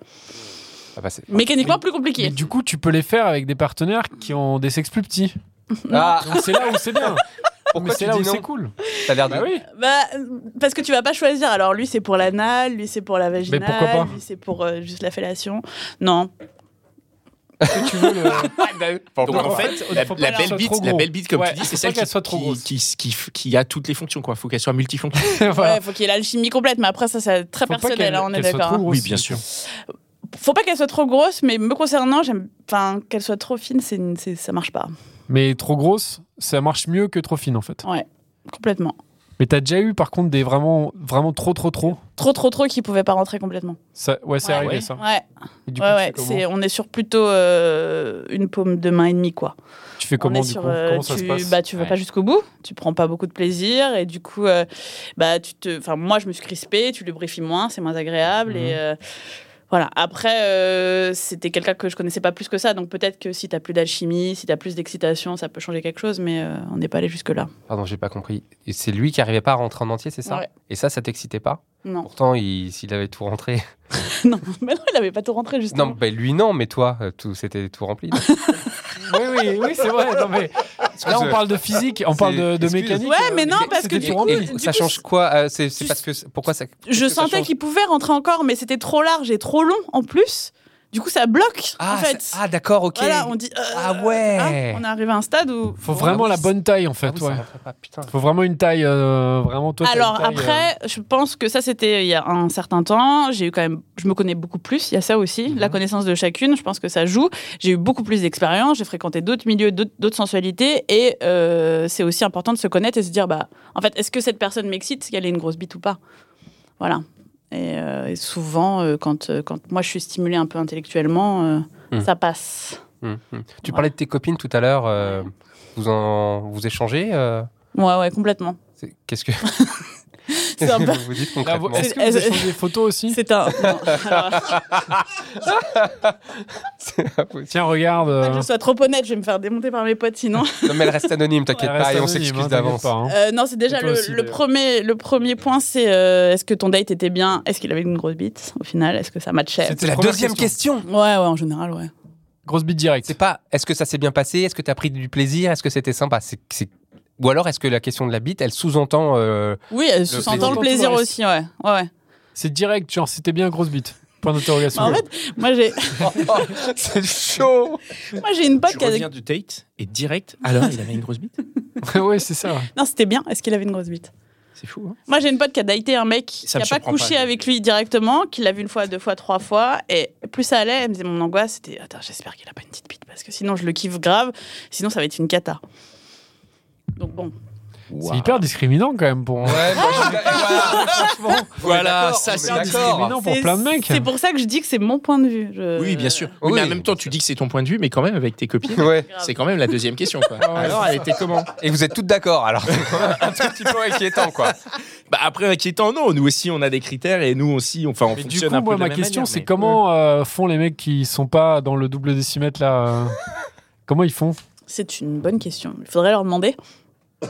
Speaker 3: Ah, bah, c'est-
Speaker 4: mécaniquement plus
Speaker 2: Mais
Speaker 4: compliqué.
Speaker 2: du coup, tu peux les faire avec des partenaires qui ont des sexes plus petits.
Speaker 3: Ah,
Speaker 2: Donc c'est là où c'est
Speaker 4: [LAUGHS]
Speaker 2: bien.
Speaker 3: pourquoi
Speaker 2: Mais
Speaker 3: tu
Speaker 2: c'est là
Speaker 3: dis
Speaker 2: où
Speaker 3: non
Speaker 2: c'est cool.
Speaker 3: T'as l'air de-
Speaker 2: Bah oui.
Speaker 4: Ah, Bah, parce que tu vas pas choisir. Alors lui c'est pour l'anal, lui c'est pour la vaginale,
Speaker 2: pourquoi pas
Speaker 4: lui c'est pour euh, juste la fellation. Non.
Speaker 2: Tu veux
Speaker 1: Ah,
Speaker 2: le-
Speaker 1: bah Donc en fait,
Speaker 2: Faut pas
Speaker 1: la,
Speaker 2: qu'elle
Speaker 1: la belle
Speaker 2: soit
Speaker 1: bite,
Speaker 2: trop
Speaker 1: la
Speaker 2: grosse.
Speaker 1: belle bite, comme
Speaker 2: Ouais,
Speaker 1: tu dis,
Speaker 2: faut
Speaker 1: c'est
Speaker 2: pas
Speaker 1: celle qui,
Speaker 2: qu'elle soit trop
Speaker 1: qui,
Speaker 2: grosse.
Speaker 1: qui- qui f- qui a toutes les fonctions. Quoi. faut qu'elle soit multifonction.
Speaker 2: [LAUGHS] Voilà.
Speaker 4: Ouais, faut qu'il y ait l'alchimie complète, mais après ça c'est très
Speaker 2: Faut pas
Speaker 4: personnel,
Speaker 2: qu'elle-
Speaker 4: hein, on est
Speaker 2: qu'elle soit
Speaker 4: d'accord.
Speaker 2: trop
Speaker 4: hein.
Speaker 2: grosse.
Speaker 1: Oui, bien sûr.
Speaker 4: Faut pas qu'elle soit trop grosse, mais me concernant, j'aime, enfin qu'elle soit trop fine, c'est, une- c'est- ça marche pas
Speaker 2: Mais trop grosse, ça marche mieux que trop fine en fait.
Speaker 4: complètement.
Speaker 2: Mais t'as déjà eu par contre des vraiment, vraiment trop, trop, trop.
Speaker 4: Trop trop trop qui pouvait pas rentrer complètement.
Speaker 2: Ça, ouais, c'est
Speaker 4: Ouais.
Speaker 2: arrivé
Speaker 1: Ouais.
Speaker 2: ça.
Speaker 4: Ouais,
Speaker 2: Et du coup,
Speaker 4: ouais, ouais.
Speaker 2: tu fais comment,
Speaker 4: c'est- on est sur plutôt euh, une paume de main et demie quoi.
Speaker 2: tu fais comment
Speaker 4: On est
Speaker 2: du
Speaker 4: sur,
Speaker 2: coup
Speaker 4: euh,
Speaker 2: Comment ça
Speaker 4: tu,
Speaker 2: se passe
Speaker 4: bah, tu vas
Speaker 1: Ouais.
Speaker 4: pas jusqu'au bout, tu prends pas beaucoup de plaisir et du coup, euh, bah, tu te, enfin, moi je me suis crispée, tu lubrifies moins, c'est moins agréable
Speaker 2: Mhm.
Speaker 4: et euh, voilà. Après, euh, c'était quelqu'un que je connaissais pas plus que ça, donc peut-être que si t'as plus d'alchimie, si t'as plus d'excitation, ça peut changer quelque chose, mais euh, on n'est pas allé jusque là.
Speaker 3: Pardon, j'ai pas compris. Et C'est lui qui arrivait pas à rentrer en entier, c'est ça
Speaker 4: Ouais.
Speaker 3: Et ça, ça t'excitait pas
Speaker 4: Non,
Speaker 3: Pourtant, il- s'il avait tout rentré.
Speaker 4: [LAUGHS] non, mais non, il avait pas tout rentré justement.
Speaker 3: Non, bah, lui non, mais toi, euh, tout c'était tout rempli. non
Speaker 2: Oui, oui, oui, c'est vrai. Non, mais là, on
Speaker 3: que-
Speaker 2: parle de physique, on parle de, de
Speaker 3: excuse.
Speaker 2: mécanique.
Speaker 4: Ouais, mais non,
Speaker 2: C'était
Speaker 4: parce que
Speaker 3: Et-
Speaker 4: du
Speaker 3: et-
Speaker 4: coup,
Speaker 3: et
Speaker 4: du
Speaker 3: ça
Speaker 4: coup,
Speaker 3: change quoi Euh, C'est c'est
Speaker 4: tu-
Speaker 3: parce que pourquoi ça
Speaker 4: je
Speaker 3: que ça
Speaker 4: sentais
Speaker 3: change
Speaker 4: qu'il pouvait rentrer encore, mais c'était trop large et trop long en plus. Du coup, ça bloque
Speaker 3: Ah,
Speaker 4: en fait.
Speaker 3: c'est- ah, d'accord, ok.
Speaker 4: Voilà, on dit. euh,
Speaker 3: Ah ouais.
Speaker 4: hein, on est arrivé à un stade où.
Speaker 2: Faut vraiment la bonne taille en
Speaker 3: Ah
Speaker 2: fait.
Speaker 3: oui, ça
Speaker 2: ouais.
Speaker 3: rentrait pas, putain.
Speaker 2: Faut vraiment une taille, euh, vraiment toi. t'as une
Speaker 4: Alors
Speaker 2: taille, euh,
Speaker 4: après, je pense que ça c'était il y a un certain temps. J'ai eu quand même, je me connais beaucoup plus. Il y a ça aussi,
Speaker 2: Mhm.
Speaker 4: la connaissance de chacune. Je pense que ça joue. J'ai eu beaucoup plus d'expérience. J'ai fréquenté d'autres milieux, d'autres d'autres sensualités, et euh, c'est aussi important de se connaître et se dire bah, en fait, est-ce que cette personne m'excite, qu'elle ait une grosse bite ou pas Voilà. Et, euh, et souvent, euh, quand euh, quand moi je suis stimulée un peu intellectuellement, euh,
Speaker 3: Mhm.
Speaker 4: ça passe.
Speaker 3: Hum, hum. Tu
Speaker 4: Voilà.
Speaker 3: parlais de tes copines tout à l'heure. euh, Vous en vous échangez euh,
Speaker 2: [LAUGHS]
Speaker 4: Ouais, ouais, complètement. [LAUGHS]
Speaker 3: c'est- Qu'est-ce que
Speaker 4: C'est un peu-
Speaker 3: Vous vous dites
Speaker 2: Là, vous-
Speaker 3: concrètement.
Speaker 2: Est-ce que vous échangez des photos aussi
Speaker 4: C'est un. non, alors,
Speaker 3: C'est impossible.
Speaker 2: Tiens, regarde.
Speaker 4: faut pas
Speaker 2: euh,
Speaker 4: que je sois trop honnête, je vais me faire démonter par mes potes sinon.
Speaker 3: Non, mais elle reste anonyme, t'inquiète
Speaker 2: elle
Speaker 3: pas,
Speaker 2: reste
Speaker 3: et on
Speaker 2: anonyme,
Speaker 3: s'excuse
Speaker 2: hein,
Speaker 3: d'avance.
Speaker 2: t'inquiète pas, hein.
Speaker 4: Euh, non, c'est déjà
Speaker 2: Et toi
Speaker 4: le,
Speaker 2: aussi,
Speaker 4: le
Speaker 2: d'ailleurs.
Speaker 4: premier, le premier point, c'est euh, est-ce que ton date était bien Est-ce qu'il avait une grosse bite au final Est-ce que ça matchait
Speaker 3: C'était la
Speaker 2: Première
Speaker 3: deuxième question.
Speaker 4: Ouais, ouais, en général, ouais.
Speaker 2: Grosse bite directe.
Speaker 3: C'est pas est-ce que ça s'est bien passé, est-ce que t'as pris du plaisir, est-ce que c'était sympa. C'est- c'est- Ou alors est-ce que la question de la bite, elle sous-entend. euh,
Speaker 4: Oui, elle sous-entend
Speaker 2: plaisir.
Speaker 4: le plaisir
Speaker 2: Tout le
Speaker 4: aussi, ouais. ouais, ouais.
Speaker 2: C'est direct, genre, c'était bien grosse bite. Point d'interrogation. [LAUGHS]
Speaker 4: Bah, en fait, moi j'ai,
Speaker 3: c'est chaud
Speaker 4: moi j'ai une pote
Speaker 1: Tu
Speaker 4: qui a.
Speaker 1: reviens de Tate et direct. Alors, Ah il avait une grosse bite
Speaker 2: ouais, c'est ça.
Speaker 4: Non, c'était bien. Est-ce qu'il avait une grosse bite
Speaker 1: C'est fou. hein
Speaker 4: Moi j'ai une pote qui a daté un mec
Speaker 1: Ça me
Speaker 4: qui a pas
Speaker 1: surprend
Speaker 4: couché
Speaker 1: pas,
Speaker 4: avec lui directement, qui l'a vu une fois, deux fois, trois fois, et plus ça allait, elle me disait mon angoisse, c'était attends j'espère qu'il a pas une petite bite parce que sinon je le kiffe grave, sinon ça va être une cata. Donc bon.
Speaker 2: C'est hyper discriminant quand même pour.
Speaker 3: Ouais, moi, je- [LAUGHS] voilà.
Speaker 1: Voilà,
Speaker 3: d'accord,
Speaker 1: ça
Speaker 3: on
Speaker 1: c'est
Speaker 3: est d'accord.
Speaker 1: discriminant.
Speaker 2: discriminant Ah pour plein de mecs.
Speaker 4: C'est pour ça que je dis que c'est mon point de vue. Je-
Speaker 1: Oui, bien sûr. Oui,
Speaker 3: Oui,
Speaker 1: mais en
Speaker 3: oui.
Speaker 1: même temps, tu dis que c'est ton point de vue, mais quand même, avec tes copines,
Speaker 3: Ouais.
Speaker 4: Grave.
Speaker 1: c'est quand même la deuxième question.
Speaker 2: [LAUGHS]
Speaker 1: Quoi. Alors, elle était comment
Speaker 3: Et vous êtes toutes d'accord, alors c'est quand même un tout petit peu inquiétant, quoi.
Speaker 1: Bah après, inquiétant, non. Nous aussi, on a des critères et nous aussi, on- enfin, on
Speaker 2: Mais du
Speaker 1: fonctionne
Speaker 2: coup,
Speaker 1: un peu
Speaker 2: moi,
Speaker 1: de la
Speaker 2: ma
Speaker 1: même
Speaker 2: question,
Speaker 1: manière,
Speaker 2: c'est
Speaker 1: mais-
Speaker 2: comment euh, font les mecs qui sont pas dans le double décimètre là euh, Comment ils font
Speaker 4: C'est une bonne question. Il faudrait leur demander.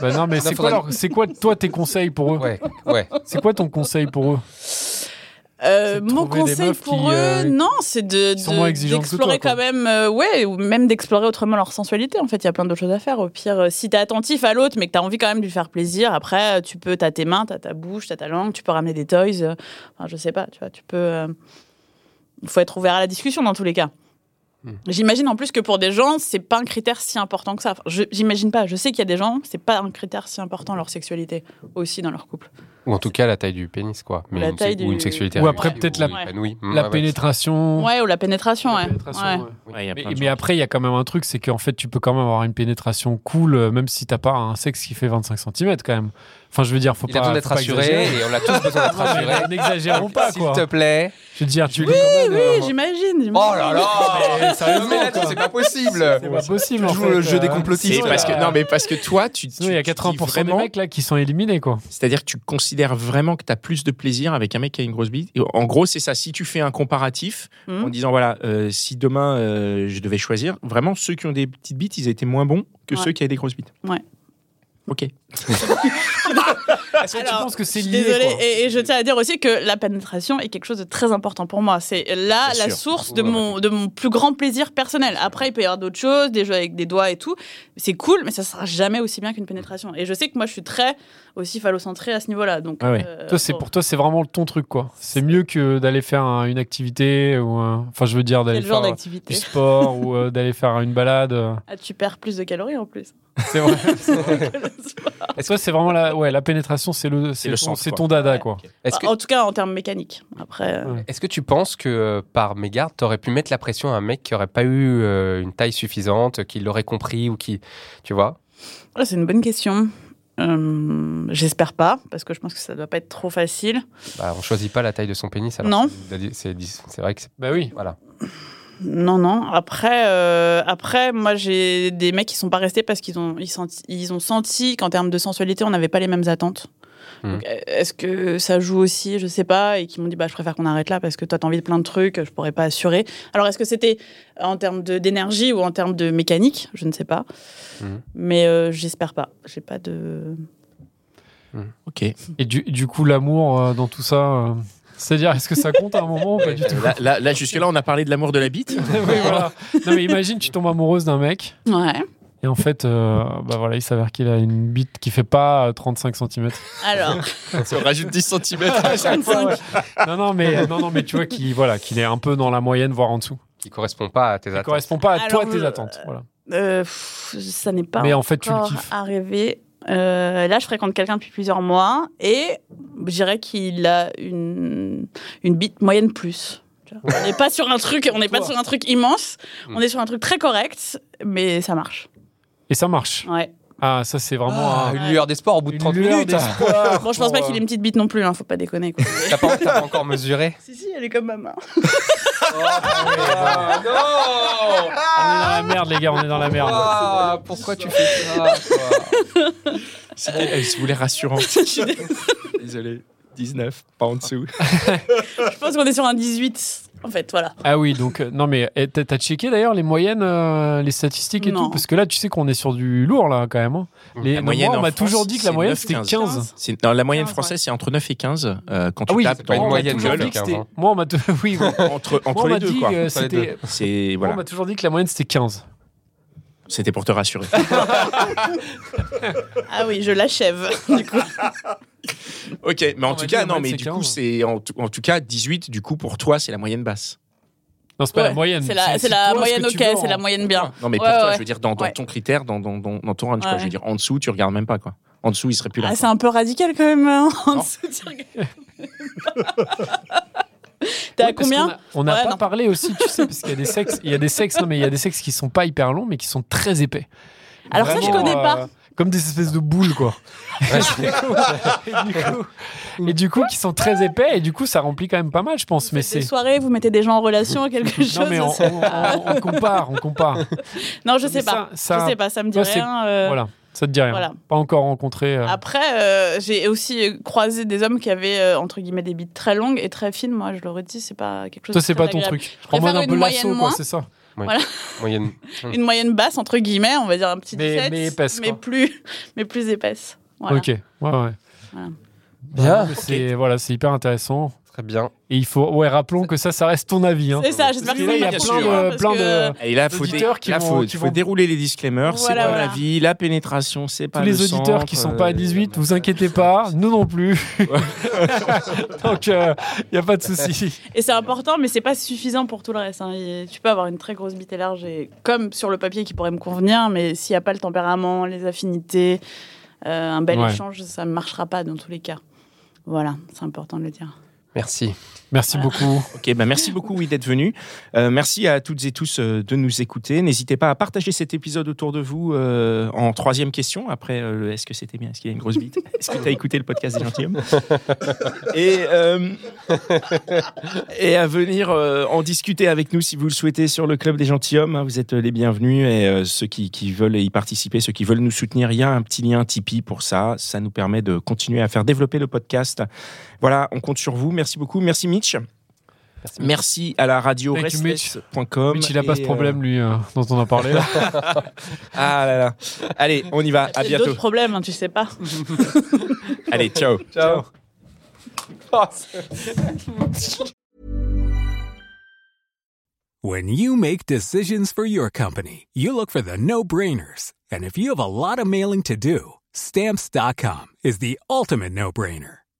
Speaker 2: Bah non, mais
Speaker 3: Non,
Speaker 2: c'est quoi,
Speaker 3: faudrait-
Speaker 2: leur- c'est quoi toi tes conseils pour eux
Speaker 3: Ouais, ouais.
Speaker 2: C'est quoi ton conseil pour eux C'est
Speaker 4: Euh,
Speaker 2: de
Speaker 4: mon
Speaker 2: trouver des
Speaker 4: conseil
Speaker 2: meufs
Speaker 4: pour
Speaker 2: qui,
Speaker 4: eux,
Speaker 2: euh,
Speaker 4: non, c'est de
Speaker 2: qui sont moins
Speaker 4: de-
Speaker 2: exigeantes que
Speaker 4: d'explorer
Speaker 2: toi,
Speaker 4: quand
Speaker 2: quoi.
Speaker 4: même, euh, ouais, ou même d'explorer autrement leur sensualité. En fait, il y a plein d'autres choses à faire. Au pire, euh, si t'es attentif à l'autre, mais que t'as envie quand même de lui faire plaisir, après, euh, tu peux, t'as tes mains, t'as ta bouche, t'as ta langue, tu peux ramener des toys. euh, enfin, je sais pas, tu vois, tu peux. euh, Il faut être ouvert à la discussion dans tous les cas.
Speaker 3: Hmm.
Speaker 4: J'imagine en plus que pour des gens, c'est pas un critère si important que ça. Enfin, je- J'imagine pas. Je sais qu'il y a des gens, c'est pas un critère si important leur sexualité aussi dans leur couple.
Speaker 3: Ou en tout cas, la taille du pénis, quoi. Mais
Speaker 4: La
Speaker 3: une,
Speaker 4: taille
Speaker 3: se- ou
Speaker 4: du-
Speaker 3: une sexualité.
Speaker 2: Ou après,
Speaker 3: réussie,
Speaker 2: peut-être
Speaker 3: ou
Speaker 2: la-
Speaker 3: épanouie. Hum,
Speaker 2: La
Speaker 3: Ouais, ouais.
Speaker 2: pénétration.
Speaker 4: Ouais, ou la pénétration,
Speaker 2: La
Speaker 4: ouais.
Speaker 2: pénétration,
Speaker 4: Ouais.
Speaker 2: ouais.
Speaker 1: Ouais, il y a
Speaker 2: Mais,
Speaker 1: plein de
Speaker 2: mais
Speaker 1: gens.
Speaker 2: après, il y a quand même un truc, c'est qu'en fait, tu peux quand même avoir une pénétration cool, euh, même si t'as pas un sexe qui fait 25 cm quand même. Enfin, je veux dire, faut
Speaker 3: Il
Speaker 2: pas.
Speaker 3: a besoin
Speaker 2: faut
Speaker 3: d'être
Speaker 2: pas exagérer.
Speaker 3: assuré, et on a tous besoin d'être
Speaker 2: [LAUGHS] Non, mais
Speaker 3: assuré.
Speaker 2: N'exagérons pas,
Speaker 3: S'il
Speaker 2: quoi.
Speaker 3: te plaît.
Speaker 2: Je veux dire, tu
Speaker 3: Oui,
Speaker 2: quand même,
Speaker 4: Oui,
Speaker 2: euh,
Speaker 4: j'imagine. j'imagine.
Speaker 3: Oh là là
Speaker 2: [LAUGHS] Mais sérieusement,
Speaker 3: Mais attends,
Speaker 2: quoi.
Speaker 3: c'est pas possible
Speaker 2: C'est pas possible. en
Speaker 3: joues
Speaker 2: fait,
Speaker 3: le jeu des
Speaker 2: euh,
Speaker 3: complotistes,
Speaker 1: C'est
Speaker 2: sinon,
Speaker 1: parce
Speaker 2: il y
Speaker 1: que
Speaker 2: a-
Speaker 1: non mais parce que toi tu, tu
Speaker 2: Sinon, il y
Speaker 1: tu dis
Speaker 2: a 80% des
Speaker 1: vraiment-
Speaker 2: mecs là qui sont
Speaker 3: [LAUGHS]
Speaker 2: éliminés, quoi.
Speaker 1: c'est-à-dire que tu considères vraiment que tu as plus de plaisir avec un mec qui a une grosse bite Et en gros c'est ça si tu fais un comparatif
Speaker 4: Mhm.
Speaker 2: Hmm.
Speaker 1: en disant voilà euh, si demain euh, je devais choisir vraiment ceux qui ont des petites bites ils étaient moins bons que
Speaker 4: Ouais.
Speaker 1: ceux qui avaient des grosses bites
Speaker 4: Ouais.
Speaker 1: ok
Speaker 2: Est-ce que tu
Speaker 4: Alors,
Speaker 2: penses que c'est
Speaker 4: Je suis
Speaker 2: lié
Speaker 4: désolée,
Speaker 2: quoi
Speaker 4: et, et je tiens à dire aussi que la pénétration est quelque chose de très important pour moi. C'est là
Speaker 1: Bien
Speaker 4: la
Speaker 1: sûr.
Speaker 4: source de
Speaker 3: Ouais, ouais.
Speaker 4: mon, de mon plus grand plaisir personnel. Après, il peut y avoir d'autres choses, des jeux avec des doigts et tout. C'est cool, mais ça sera jamais aussi bien qu'une pénétration. Et je sais que moi, je suis très aussi phallocentrée à ce niveau-là. Donc,
Speaker 1: Ah ouais.
Speaker 4: euh,
Speaker 2: Toi, c'est
Speaker 4: bon,
Speaker 2: pour toi, c'est vraiment ton truc, quoi. C'est mieux que d'aller faire un- une activité ou, euh, enfin, je veux dire d'aller
Speaker 4: quel genre
Speaker 2: faire euh, du
Speaker 4: d'activité
Speaker 2: sport ou euh, d'aller faire une balade. euh.
Speaker 4: Ah, Tu perds plus de calories en plus.
Speaker 2: C'est vrai. Toi, c'est vraiment la, ouais, la pénétration, c'est le,
Speaker 1: C'est le
Speaker 2: ton,
Speaker 1: centre,
Speaker 2: c'est
Speaker 1: quoi.
Speaker 2: ton dada,
Speaker 4: Ouais.
Speaker 2: quoi.
Speaker 3: [LAUGHS] Est-ce
Speaker 4: Bah,
Speaker 3: que,
Speaker 4: En tout cas, en termes mécaniques. Après, euh,
Speaker 2: Ouais.
Speaker 3: est-ce que tu penses que euh, par mégarde, t'aurais pu mettre la pression à un mec qui aurait pas eu euh, une taille suffisante, qui l'aurait compris ou qui, tu vois
Speaker 4: Ouais, C'est une bonne question. Euh, J'espère pas, parce que je pense que ça doit pas être trop facile.
Speaker 3: bah, On choisit pas la taille de son pénis. Alors
Speaker 4: Non.
Speaker 3: c'est- C'est c'est vrai que c'est
Speaker 2: Bah oui.
Speaker 3: voilà.
Speaker 4: Non, non. Après, euh, après moi, j'ai des mecs qui sont pas restés parce qu'ils ont, ils senti- ils ont senti qu'en termes de sensualité, on n'avait pas les mêmes attentes.
Speaker 2: Mmh.
Speaker 3: Mhm.
Speaker 4: Donc, euh, Est-ce que ça joue aussi Je sais pas. Et qui m'ont dit, bah, je préfère qu'on arrête là parce que toi, t'as envie de plein de trucs, je pourrais pas assurer. Alors, est-ce que c'était en termes de- d'énergie ou en termes de mécanique Je ne sais pas.
Speaker 2: Mmh.
Speaker 3: Mhm.
Speaker 4: Mais euh, j'espère pas. J'ai pas de.
Speaker 1: ok
Speaker 2: Et du, du coup, l'amour euh, dans tout ça, euh, c'est-à-dire, est-ce que ça compte à un moment ou pas du tout
Speaker 1: là, là, là, jusque là on a parlé de l'amour de la [LAUGHS] bite
Speaker 2: Oui, voilà. Non, mais imagine, tu tombes amoureuse d'un mec.
Speaker 4: Ouais.
Speaker 2: Et en fait, euh, bah voilà, il s'avère qu'il a une bite qui fait pas euh, 35 cm. [LAUGHS]
Speaker 4: Alors,
Speaker 1: ça rajoute 10 cm
Speaker 2: Non, non, mais, non, non, mais tu vois qu'il voilà, qu'il est un peu dans la moyenne, voire en dessous.
Speaker 3: Qui correspond pas à tes
Speaker 2: Ça ne
Speaker 3: attentes.
Speaker 2: correspond pas à
Speaker 4: Alors,
Speaker 2: toi, tes
Speaker 4: euh,
Speaker 2: attentes. Voilà.
Speaker 4: euh, pff, ça n'est pas.
Speaker 2: Mais en fait, tu le
Speaker 4: encore
Speaker 2: kiffes.
Speaker 4: arrivé. Euh, là, je fréquente quelqu'un depuis plusieurs mois et je dirais qu'il a une, une bite moyenne plus. Tu vois. On n'est pas sur un truc, on n'est pas
Speaker 2: Toi.
Speaker 4: sur un truc immense.
Speaker 3: Mm.
Speaker 4: On est sur un truc très correct, mais ça marche.
Speaker 2: Et ça marche.
Speaker 4: [LAUGHS] Ouais.
Speaker 2: Ah, ça, c'est vraiment.
Speaker 3: Ah,
Speaker 2: un-
Speaker 3: une lueur d'espoir au bout de
Speaker 2: Une
Speaker 3: 30
Speaker 2: lueur
Speaker 3: minutes.
Speaker 2: d'espoir
Speaker 4: Bon, je pense
Speaker 2: pour,
Speaker 4: pas qu'il ait une petite bite non plus, hein, faut pas déconner. Quoi.
Speaker 3: [LAUGHS] T'as pas, t'as pas encore mesuré
Speaker 4: [LAUGHS] si si, elle est comme ma [LAUGHS] main. Ah.
Speaker 2: Ah
Speaker 3: Non
Speaker 2: euh, On est dans la merde, les gars, on est dans la merde.
Speaker 4: Ah.
Speaker 3: Ah, Pourquoi tu fais ça
Speaker 2: [LAUGHS]
Speaker 1: euh, [LAUGHS] elle se voulait rassurante désolé 19, pas en dessous.
Speaker 4: Je pense qu'on est sur un 18, en fait, voilà.
Speaker 2: Ah oui, donc euh, non mais eh, t'as t'as checké d'ailleurs les moyennes, euh, les statistiques et
Speaker 4: Non.
Speaker 2: tout, parce que là tu sais qu'on est sur du lourd là quand même. hein. Les,
Speaker 1: La
Speaker 2: non,
Speaker 1: moyenne
Speaker 2: moi,
Speaker 1: en
Speaker 2: on m'a
Speaker 1: France,
Speaker 2: toujours dit que la
Speaker 1: c'est
Speaker 2: moyenne
Speaker 1: 9,
Speaker 2: c'était 15.
Speaker 4: 15.
Speaker 1: C'est- non, la moyenne
Speaker 4: 15, ouais.
Speaker 1: française, c'est entre 9 et 15. euh, quand
Speaker 2: Ah
Speaker 1: tu
Speaker 2: oui,
Speaker 1: tapes
Speaker 2: c'est
Speaker 3: pas une
Speaker 2: on
Speaker 1: dans-
Speaker 2: m'a
Speaker 3: moyenne,
Speaker 2: toujours
Speaker 3: gueule,
Speaker 2: dit que c'était-
Speaker 3: 15, hein.
Speaker 2: Moi on m'a tou- [LAUGHS] oui, oui.
Speaker 1: [LAUGHS] entre,
Speaker 2: Moi,
Speaker 1: entre
Speaker 2: on m'a
Speaker 1: les deux.
Speaker 2: dit
Speaker 1: quoi.
Speaker 3: Entre
Speaker 2: que
Speaker 3: les
Speaker 2: c'était-
Speaker 1: C'est,
Speaker 2: moi,
Speaker 1: voilà,
Speaker 2: on m'a toujours dit que la moyenne c'était 15.
Speaker 1: C'était pour te rassurer.
Speaker 4: Ah oui, je l'achève, du coup.
Speaker 1: ok, mais en
Speaker 2: On
Speaker 1: tout
Speaker 2: m'a dit
Speaker 1: cas,
Speaker 2: la
Speaker 1: non,
Speaker 2: moyenne,
Speaker 1: mais
Speaker 2: c'est
Speaker 1: du coup,
Speaker 2: 15.
Speaker 1: c'est en, tout- en tout cas 18, du coup, pour toi, c'est la moyenne basse.
Speaker 2: Non, c'est pas
Speaker 4: Ouais,
Speaker 2: la moyenne.
Speaker 4: C'est la, c'est
Speaker 2: toi,
Speaker 4: la
Speaker 2: ce
Speaker 4: moyenne
Speaker 2: que
Speaker 4: ok,
Speaker 2: tu hein. veux en-
Speaker 4: c'est la moyenne bien.
Speaker 1: Non, mais
Speaker 4: Ouais,
Speaker 1: pour toi,
Speaker 4: ouais.
Speaker 1: je veux dire, dans, dans
Speaker 4: Ouais.
Speaker 1: ton critère, dans, dans, dans, dans ton range, quoi.
Speaker 4: Ouais.
Speaker 1: Je veux dire, en dessous, tu regardes même pas, quoi. En dessous, il serait plus là.
Speaker 4: Ah,
Speaker 1: quoi.
Speaker 4: c'est un peu radical quand même. hein, en
Speaker 1: Non.
Speaker 4: dessous,
Speaker 2: [LAUGHS]
Speaker 4: tu regardes. T'es à
Speaker 2: Ouais, parce qu'on
Speaker 4: combien
Speaker 2: a- On n'a
Speaker 4: Ouais,
Speaker 2: pas
Speaker 4: non.
Speaker 2: parlé aussi, tu sais, parce qu'il y a des sexes, il y a des sexes, non, mais il y a des sexes qui sont pas hyper longs, mais qui sont très épais.
Speaker 4: Alors ça, je
Speaker 2: Vraiment,
Speaker 4: connais pas.
Speaker 2: euh, comme des espèces de boules, quoi.
Speaker 3: Ouais, c'est-
Speaker 2: et, du coup, et du coup, qui sont très épais, et du coup, ça remplit quand même pas mal, je pense. Mais
Speaker 4: Des
Speaker 2: c'est.
Speaker 4: soirées, vous mettez des gens en relation à quelque chose.
Speaker 2: Non, mais on,
Speaker 4: ça-
Speaker 2: on- on- on compare, on compare.
Speaker 4: Non, je
Speaker 2: Mais
Speaker 4: sais
Speaker 2: ça-
Speaker 4: pas.
Speaker 2: ça-
Speaker 4: Je sais pas, ça me dit
Speaker 2: Moi, c'est-
Speaker 4: rien. euh,
Speaker 2: Voilà, ça te dit rien.
Speaker 4: Voilà.
Speaker 2: Pas encore rencontré. euh,
Speaker 4: Après, euh, j'ai aussi croisé des hommes qui avaient, euh, entre guillemets, des bites très longues et très fines. Moi, je leur ai dit, c'est pas quelque chose
Speaker 2: Toi,
Speaker 4: de
Speaker 2: c'est
Speaker 4: très
Speaker 2: pas ton
Speaker 4: agréable.
Speaker 2: truc. En mode
Speaker 4: préfère
Speaker 2: un
Speaker 4: une
Speaker 2: peu
Speaker 4: moyenne
Speaker 2: lasso, quoi,
Speaker 4: moins.
Speaker 2: c'est ça.
Speaker 3: moyenne.
Speaker 4: Une moyenne basse, entre guillemets, on va dire un petit
Speaker 2: Mais-
Speaker 4: 17.
Speaker 2: mais épaisse,
Speaker 4: mais
Speaker 2: quoi.
Speaker 4: plus, [LAUGHS] mais plus épaisse. Voilà.
Speaker 2: Ok, ouais, ouais.
Speaker 4: Voilà.
Speaker 3: Bien.
Speaker 2: Bah, C'est voilà, c'est hyper intéressant.
Speaker 3: Très bien.
Speaker 2: Et il faut, ouais, rappelons que ça, ça reste ton avis. hein.
Speaker 4: C'est ça, j'espère
Speaker 2: Parce
Speaker 4: que
Speaker 2: que là, il y a
Speaker 4: ça
Speaker 2: plein
Speaker 4: marche, hein,
Speaker 2: de,
Speaker 4: parce
Speaker 2: plein de-
Speaker 4: que-
Speaker 1: Et là, faut, dé-
Speaker 2: auditeurs qui
Speaker 1: là,
Speaker 2: vont-
Speaker 1: faut-
Speaker 2: qui
Speaker 1: faut
Speaker 2: vont-
Speaker 1: dérouler les disclaimers. c'est
Speaker 4: Voilà,
Speaker 1: quoi
Speaker 4: voilà.
Speaker 1: la vie La pénétration, c'est pas
Speaker 2: tous les
Speaker 1: le
Speaker 2: auditeurs
Speaker 1: centre,
Speaker 2: qui sont pas à
Speaker 1: euh,
Speaker 2: 18, vous inquiétez
Speaker 1: [LAUGHS]
Speaker 2: pas, nous non plus. [LAUGHS] Donc, il n'y a pas de souci.
Speaker 4: Et c'est important, mais c'est pas suffisant pour tout le reste. hein. Et Tu peux avoir une très grosse bite et large, et comme sur le papier qui pourrait me convenir, mais s'il n'y a pas le tempérament, les affinités, euh, un bel
Speaker 2: Ouais.
Speaker 4: échange, ça ne marchera pas dans tous les cas. Voilà, c'est important de le dire.
Speaker 3: Merci.
Speaker 2: Merci beaucoup.
Speaker 1: Ok, bah merci beaucoup oui, d'être venu. Euh, merci à toutes et tous euh, de nous écouter. N'hésitez pas à partager cet épisode autour de vous euh, en troisième question. Après, euh, le est-ce que c'était bien Est-ce qu'il y a une grosse bite Est-ce que tu as écouté le podcast des gentilshommes Et, euh, [LAUGHS] et à venir euh, en discuter avec nous si vous le souhaitez sur le club des gentilshommes. hein. vous êtes les bienvenus et euh, ceux qui, qui veulent y participer, ceux qui veulent nous soutenir, il y a un petit lien Tipeee pour ça. Ça nous permet de continuer à faire développer le podcast. Voilà, on compte sur vous. Merci beaucoup. Merci Mitch.
Speaker 3: Merci.
Speaker 1: Merci à la radio
Speaker 2: Thank you, Mitch.
Speaker 1: restless.com.
Speaker 2: Mitch, il a pas
Speaker 1: et,
Speaker 2: ce problème, lui, euh, dont on a parlé.
Speaker 1: [LAUGHS]
Speaker 2: là.
Speaker 1: euh, Ah là là. Allez, on y va. À
Speaker 4: Il y a d'autres
Speaker 1: bientôt.
Speaker 4: problèmes, hein, tu sais pas.
Speaker 1: Allez, ciao.
Speaker 2: Ciao.
Speaker 5: When you make decisions for your company, you look for the no brainers. And if you have a lot of mailing to do, stamps.com is the ultimate no brainer.